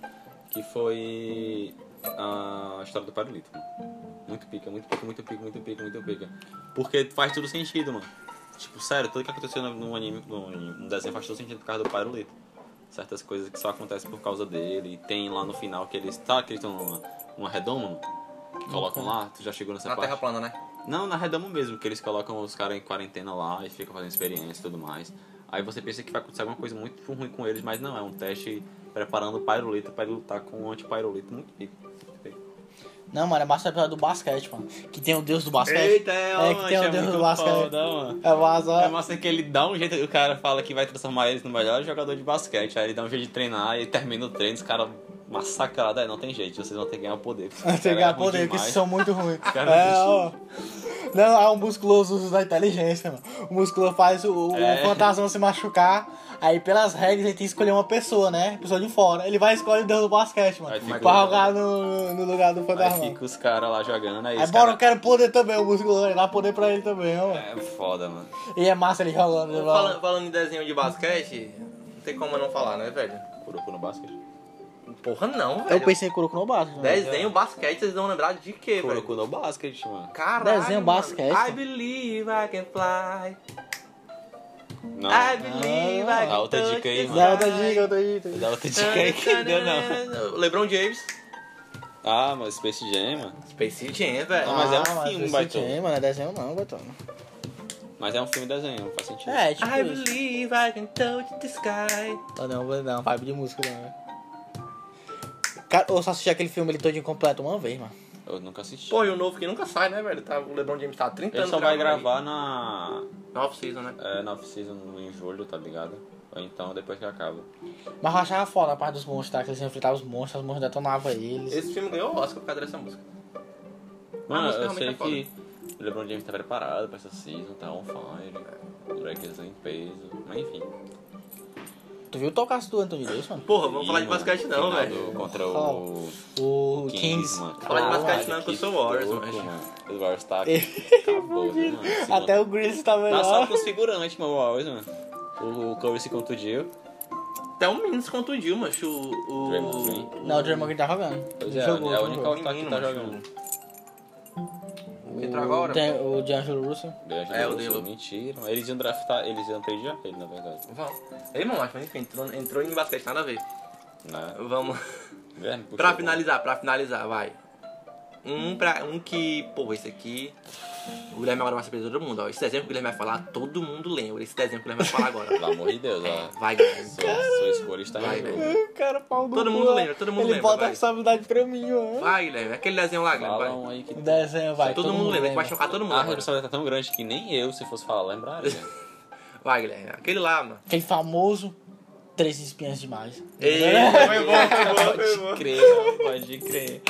Speaker 3: que foi a história do Paralito, mano. Muito pica, muito pica, muito pica, muito pica, muito pica. Porque faz tudo sentido, mano. Tipo, sério, tudo que aconteceu no, no anime, no, anime, no desenho faz todo sentido por causa do Paralito. Certas coisas que só acontecem por causa dele. E tem lá no final que eles tá, que eles estão numa, numa redoma, mano. Que colocam lá, tu já chegou nessa
Speaker 2: Na
Speaker 3: parte?
Speaker 2: Terra plana, né?
Speaker 3: Não, na Redomo mesmo, que eles colocam os caras em quarentena lá e ficam fazendo experiência e tudo mais. Aí você pensa que vai acontecer alguma coisa muito ruim com eles, mas não, é um teste preparando o Pyrolito para ele lutar com o anti-Pyrolito muito pico.
Speaker 1: Não, mano, é massa o episódio do basquete, mano. Que tem o deus do basquete. é que tem o deus do basquete.
Speaker 3: mano.
Speaker 1: É massa,
Speaker 3: É massa que ele dá um jeito, o cara fala que vai transformar eles no melhor jogador de basquete, aí ele dá um jeito de treinar e termina o treino, os caras massacrados, aí não tem jeito, vocês vão ter que ganhar o poder. porque
Speaker 1: Tem
Speaker 3: esse cara
Speaker 1: que
Speaker 3: é
Speaker 1: ganhar
Speaker 3: ruim
Speaker 1: poder, que
Speaker 3: demais.
Speaker 1: são muito ruins.
Speaker 3: Cara,
Speaker 1: É,
Speaker 3: bicho.
Speaker 1: ó. Não, é um musculoso uso da inteligência, mano. O musculoso faz o, o
Speaker 3: É.
Speaker 1: fantasma se machucar. Aí, pelas regras, ele tem que escolher uma pessoa, né? Pessoa de fora. Ele vai escolher o deus do basquete, mano.
Speaker 3: Aí fica
Speaker 1: Pra
Speaker 3: o-
Speaker 1: jogar no, no lugar do
Speaker 3: Aí
Speaker 1: fantasma.
Speaker 3: fica os caras lá jogando, aí
Speaker 1: Aí,
Speaker 3: os
Speaker 1: bora,
Speaker 3: cara...
Speaker 1: eu quero poder também, o musculoso. Ele dá poder pra ele também, ó, mano.
Speaker 3: É foda, mano.
Speaker 1: E é massa ele jogando. ele
Speaker 2: Falando,
Speaker 1: joga.
Speaker 2: falando em desenho de basquete, não tem como eu não falar, né, velho?
Speaker 3: Kuroko no basquete.
Speaker 2: Porra, não, velho.
Speaker 1: Eu pensei em Kuroko no Basket. né?
Speaker 2: Desenho, basquete, vocês vão lembrar de quê, velho?
Speaker 3: Colocou no basquete, mano.
Speaker 2: Caralho,
Speaker 1: Desenho,
Speaker 2: mano.
Speaker 1: basquete.
Speaker 2: I believe I can fly.
Speaker 3: Não.
Speaker 2: I believe I can
Speaker 3: Ah, outra dica aí,
Speaker 2: touch the
Speaker 1: Dá outra
Speaker 2: sky.
Speaker 1: dica, outra dica.
Speaker 3: Dá outra dica aí tá que deu, não.
Speaker 2: LeBron James.
Speaker 3: Ah, mas Space Jam, mano.
Speaker 2: Space Jam, velho.
Speaker 3: Ah, mas é um filme,
Speaker 1: esse
Speaker 3: Baitola.
Speaker 1: time, mano, é desenho não, Baitola.
Speaker 3: Mas é um filme desenho, não faz sentido.
Speaker 1: É, tipo
Speaker 2: I
Speaker 1: isso.
Speaker 2: believe I can touch the sky.
Speaker 1: Ah, não, vou dar uma vibe de música não, né? Cara, eu só assisti aquele filme ele todo incompleto uma vez, mano.
Speaker 3: Eu nunca assisti.
Speaker 2: Pô, e o novo que nunca sai, né, velho? Tá, o LeBron James tá há 30
Speaker 3: Ele
Speaker 2: anos
Speaker 3: só vai
Speaker 2: gravando
Speaker 3: gravar na.
Speaker 2: aí. Na off-season, né?
Speaker 3: É, na off-season em julho, tá ligado? Ou então depois que acaba.
Speaker 1: Mas eu achava foda a parte dos monstros, tá? Que eles enfrentavam os monstros, os monstros detonavam eles.
Speaker 2: Esse filme ganhou o Oscar por causa dessa música.
Speaker 3: Mano,
Speaker 2: música
Speaker 3: eu
Speaker 2: realmente
Speaker 3: sei
Speaker 2: é foda.
Speaker 3: que o LeBron James tá preparado pra essa season, tá on fire. O Drake é em peso, mas enfim.
Speaker 1: Tu viu o tocaço do Anthony Davis, mano?
Speaker 2: Porra, vamos
Speaker 3: E,
Speaker 2: falar de
Speaker 3: mano,
Speaker 2: basquete não,
Speaker 3: final
Speaker 2: velho.
Speaker 3: do- Contra o.
Speaker 1: O
Speaker 3: Kings,
Speaker 1: Kings.
Speaker 3: mano.
Speaker 2: Falar de
Speaker 1: Caralho,
Speaker 2: basquete
Speaker 1: mano.
Speaker 2: não, que eu sou Warriors,
Speaker 3: Louco,
Speaker 2: mas-
Speaker 3: mano. Os Warriors tá acabou, né, mano? Esse
Speaker 1: Até o Grizzlies tá
Speaker 3: Tá
Speaker 1: melhor.
Speaker 3: só com os figurantes, mano, o Warriors, mano. O- O Curry se contundiu.
Speaker 2: Até o menino se contundiu, mas o... o...
Speaker 3: Draymond Green.
Speaker 1: Não, o Draymond Green tá jogando.
Speaker 3: Pois
Speaker 1: Ele
Speaker 3: é,
Speaker 1: jogou,
Speaker 3: é a
Speaker 1: jogou.
Speaker 3: única que tá aqui
Speaker 2: Menino,
Speaker 3: tá
Speaker 2: macho.
Speaker 3: jogando.
Speaker 2: que entrou agora,
Speaker 1: Dan- o D'Angelo Russell.
Speaker 2: É, o
Speaker 3: Russell,
Speaker 2: Dilo.
Speaker 3: Mentira. Eles iam draftar, eles iam tradear ele, na verdade.
Speaker 2: Vamos. Ei, mano, mas enfim, entrou, entrou em basquete, nada a ver.
Speaker 3: Né?
Speaker 2: Vamos.
Speaker 3: Guilherme, puxa
Speaker 2: pra
Speaker 3: o bom.
Speaker 2: finalizar, pra finalizar, vai. Um, pra, um que, pô, esse aqui. O Guilherme agora vai saber de todo mundo, ó. Esse desenho que o Guilherme vai falar, todo mundo lembra. Esse desenho que o Guilherme vai falar agora.
Speaker 3: Pelo amor de Deus,
Speaker 2: É,
Speaker 3: ó.
Speaker 2: vai, Guilherme.
Speaker 3: Sua, sua escolha está
Speaker 2: Vai,
Speaker 3: em jogo.
Speaker 2: velho.
Speaker 1: O cara pau do
Speaker 2: Todo
Speaker 1: cu,
Speaker 2: mundo
Speaker 1: ó.
Speaker 2: lembra, todo mundo
Speaker 1: Ele
Speaker 2: lembra,
Speaker 1: bota a
Speaker 2: vai.
Speaker 1: responsabilidade pra mim, ó.
Speaker 2: Vai, Guilherme. Aquele desenho lá, Guilherme.
Speaker 3: Fala
Speaker 2: Vai.
Speaker 3: um aí que
Speaker 1: O desenho vai.
Speaker 2: todo, mundo lembra, que vai chocar todo mundo.
Speaker 3: A
Speaker 2: agora.
Speaker 3: responsabilidade tá tão grande que nem eu, se fosse falar, lembraria.
Speaker 2: Vai, Guilherme. Aquele lá, mano.
Speaker 1: Aquele famoso Três Espinhas Demais.
Speaker 3: É,
Speaker 2: Ei, foi bom, foi bom.
Speaker 3: Pode crer, pode crer.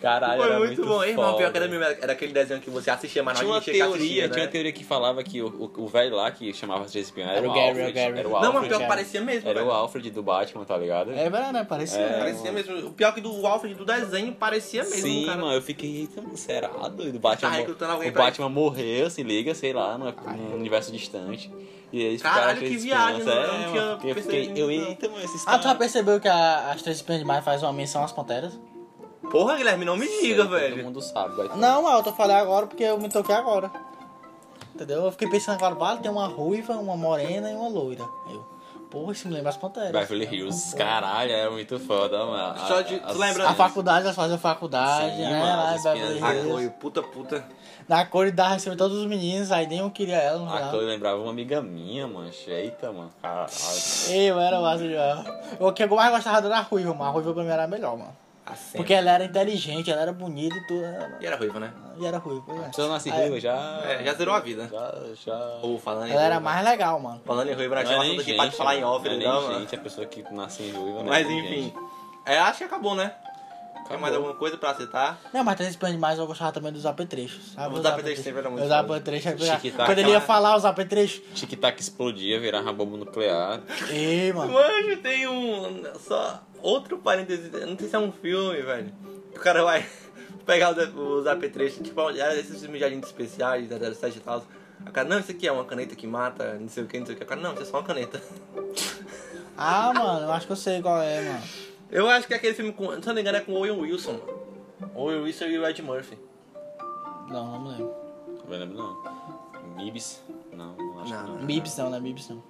Speaker 3: Caralho,
Speaker 2: Foi
Speaker 3: era
Speaker 2: muito bom. Ei, irmão,
Speaker 3: foda.
Speaker 2: pior que era, mesmo, era aquele desenho que você assistia, mas
Speaker 3: Tinha
Speaker 2: não
Speaker 3: uma
Speaker 2: tinha que
Speaker 3: teoria,
Speaker 2: assistir, né?
Speaker 3: tinha uma teoria que falava que o, o, o velho lá que chamava as três espiões era,
Speaker 1: Era o
Speaker 3: o
Speaker 1: Gary,
Speaker 3: Alfred.
Speaker 1: o Gary.
Speaker 3: Era o
Speaker 2: Não, mas
Speaker 3: Alfred.
Speaker 2: pior que
Speaker 1: Alfred,
Speaker 2: parecia mesmo.
Speaker 3: era
Speaker 2: velho.
Speaker 3: o Alfred do Batman, tá ligado?
Speaker 1: É verdade, né? Parecia.
Speaker 3: É,
Speaker 1: né?
Speaker 2: Parecia mesmo. O pior que do Alfred do desenho parecia mesmo,
Speaker 3: Sim,
Speaker 2: cara.
Speaker 3: mano, eu fiquei, eita, mano, será doido? O Batman,
Speaker 2: Tá
Speaker 3: mo-
Speaker 2: recrutando alguém
Speaker 3: o
Speaker 2: pra
Speaker 3: Batman morreu, se liga, sei lá, num, num universo distante. E eles
Speaker 2: Caralho,
Speaker 3: ficaram três
Speaker 2: que viagem,
Speaker 3: espiãs.
Speaker 2: não,
Speaker 3: é,
Speaker 2: não tinha
Speaker 3: mano, eu
Speaker 2: percebido
Speaker 3: fiquei, eu,
Speaker 2: isso, não.
Speaker 3: eita, mano, esses
Speaker 2: tá,
Speaker 1: Ah, tu já
Speaker 3: caras-
Speaker 1: percebeu que a- as Três Espinhas Demais faz uma menção às Panteras?
Speaker 2: Porra, Guilherme, não me diga,
Speaker 3: Todo
Speaker 2: velho.
Speaker 3: mundo sabe, vai.
Speaker 1: Não, mas eu tô falando agora porque eu me toquei agora. Entendeu? Eu fiquei pensando agora, vale, tem uma ruiva, uma morena e uma loira. Eu, porra, isso me lembra as Panteras.
Speaker 3: Beverly Hills, caralho, é muito foda, mano. A-
Speaker 2: Só de- tu
Speaker 3: as-
Speaker 2: lembra-
Speaker 1: A faculdade, elas faziam faculdade,
Speaker 3: Sim,
Speaker 1: né?
Speaker 3: mano,
Speaker 1: lá
Speaker 3: as
Speaker 1: em Beverly
Speaker 3: espinhas-
Speaker 1: Hills.
Speaker 2: A Chloe, puta puta.
Speaker 1: Na cor e dava em cima de todos os meninos, aí nenhum queria ela no
Speaker 3: A
Speaker 1: final.
Speaker 3: Chloe lembrava uma amiga minha, mano. Eita, mano. Caralho.
Speaker 1: Eu era massa já. O que eu mais gostava era a Ruiva, mas a Ruiva pra mim era a melhor, mano.
Speaker 2: Assim.
Speaker 1: Porque ela era inteligente, ela era bonita e tudo. ela-
Speaker 2: E era ruiva, né?
Speaker 1: E era Ruiva, pois é.
Speaker 3: Você não nasce
Speaker 1: Aí-
Speaker 3: ruiva, já.
Speaker 2: É, já zerou a vida.
Speaker 3: Já. já...
Speaker 2: Ou falando em
Speaker 1: Ela era
Speaker 2: ruiva.
Speaker 1: mais legal, mano.
Speaker 2: Falando em ruiva, né, nós
Speaker 3: Não é
Speaker 2: temos
Speaker 3: nem
Speaker 2: assunto aqui
Speaker 3: gente,
Speaker 2: pra te falar em
Speaker 3: mano.
Speaker 2: off,
Speaker 3: não é
Speaker 2: né?
Speaker 3: nem
Speaker 2: Não, mano.
Speaker 3: gente, a pessoa que nasce em ruiva, não é
Speaker 2: Mas
Speaker 3: nem
Speaker 2: enfim.
Speaker 3: gente.
Speaker 2: É, acho que acabou, né? Tem
Speaker 3: Acabou.
Speaker 2: mais alguma coisa pra citar?
Speaker 1: Não, mas três planos demais eu gostava também dos apetrechos. Sabe?
Speaker 2: Os apetrechos sempre eram muito
Speaker 1: Os
Speaker 2: tá, foda.
Speaker 1: apetrechos. eu já-
Speaker 3: Tic-tac,
Speaker 1: Quando ele ia
Speaker 2: cara.
Speaker 1: falar os apetrechos.
Speaker 3: Tic-tac explodia, virava bomba nuclear.
Speaker 1: Ei, mano.
Speaker 2: Mano, tem um. Só outro parênteses. Não sei se é um filme, velho. O cara vai pegar os, os apetrechos, tipo, olha, esses filmes de agentes especiais, da 07 e tal. O cara, não, isso aqui é uma caneta que mata, não sei o que, não sei o que. O cara, não, isso é só uma caneta.
Speaker 1: Ah, mano, eu acho que eu sei qual é, mano.
Speaker 2: Eu acho que é aquele filme com. Se não me engano, é com o Owen Wilson, mano. Owen Wilson e o Ed Murphy.
Speaker 1: Não, não me lembro.
Speaker 3: Não lembro, não. Mibs? Não, não acho
Speaker 2: Não,
Speaker 3: que não.
Speaker 1: Mibs não, não é Mibs não.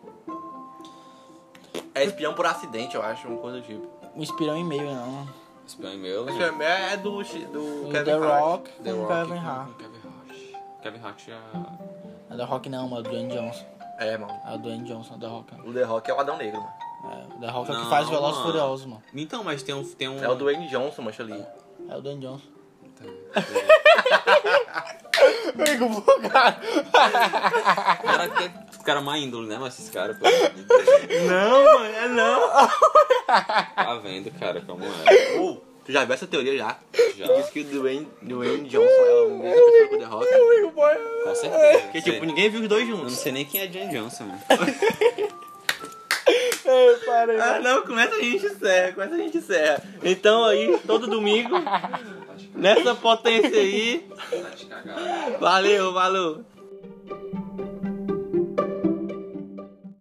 Speaker 2: É espião por acidente, eu acho, uma coisa do tipo.
Speaker 1: Um espirão e meio, não.
Speaker 3: Esse filme é meu,
Speaker 2: Acho
Speaker 3: né?
Speaker 2: que é é do, do
Speaker 1: O
Speaker 2: Kevin
Speaker 1: The
Speaker 2: Hart. né?
Speaker 1: Rock com
Speaker 3: The
Speaker 1: o
Speaker 3: Rock
Speaker 1: Kevin
Speaker 3: com-
Speaker 1: Hart.
Speaker 3: com Kevin Hart. Kevin Hart já.
Speaker 1: É The Rock não, mano, é o Dwayne Johnson.
Speaker 2: É, mano.
Speaker 1: É o Dwayne Johnson, é o The Rock.
Speaker 2: O The Rock é o Adão Negro, mano.
Speaker 1: É, o The Rock é o que
Speaker 3: Não,
Speaker 1: faz Veloz e
Speaker 3: mano.
Speaker 1: Furioso, mano.
Speaker 3: Então, mas tem um. Tem um...
Speaker 2: É o Dwayne Johnson, mancha ali.
Speaker 1: É o Dwayne Johnson.
Speaker 3: Cara, que- os caras má índole, né? Mas esses caras, pô.
Speaker 2: Não, mano, é não.
Speaker 3: Tá vendo, cara, como é.
Speaker 2: Ou, Uh, tu já viu essa teoria já?
Speaker 3: Já.
Speaker 2: Diz que o Dwayne, Dwayne Johnson é a mesma pessoa que o The Rock. né?
Speaker 3: Com certeza.
Speaker 2: Porque,
Speaker 3: Não
Speaker 2: tipo,
Speaker 3: sei.
Speaker 2: ninguém viu os dois
Speaker 3: Eu não
Speaker 2: juntos.
Speaker 3: sei nem quem é John Johnson, mano.
Speaker 2: Ah, não, com essa a gente encerra, com essa a gente encerra. Então aí, todo domingo, nessa potência aí. Valeu, valeu.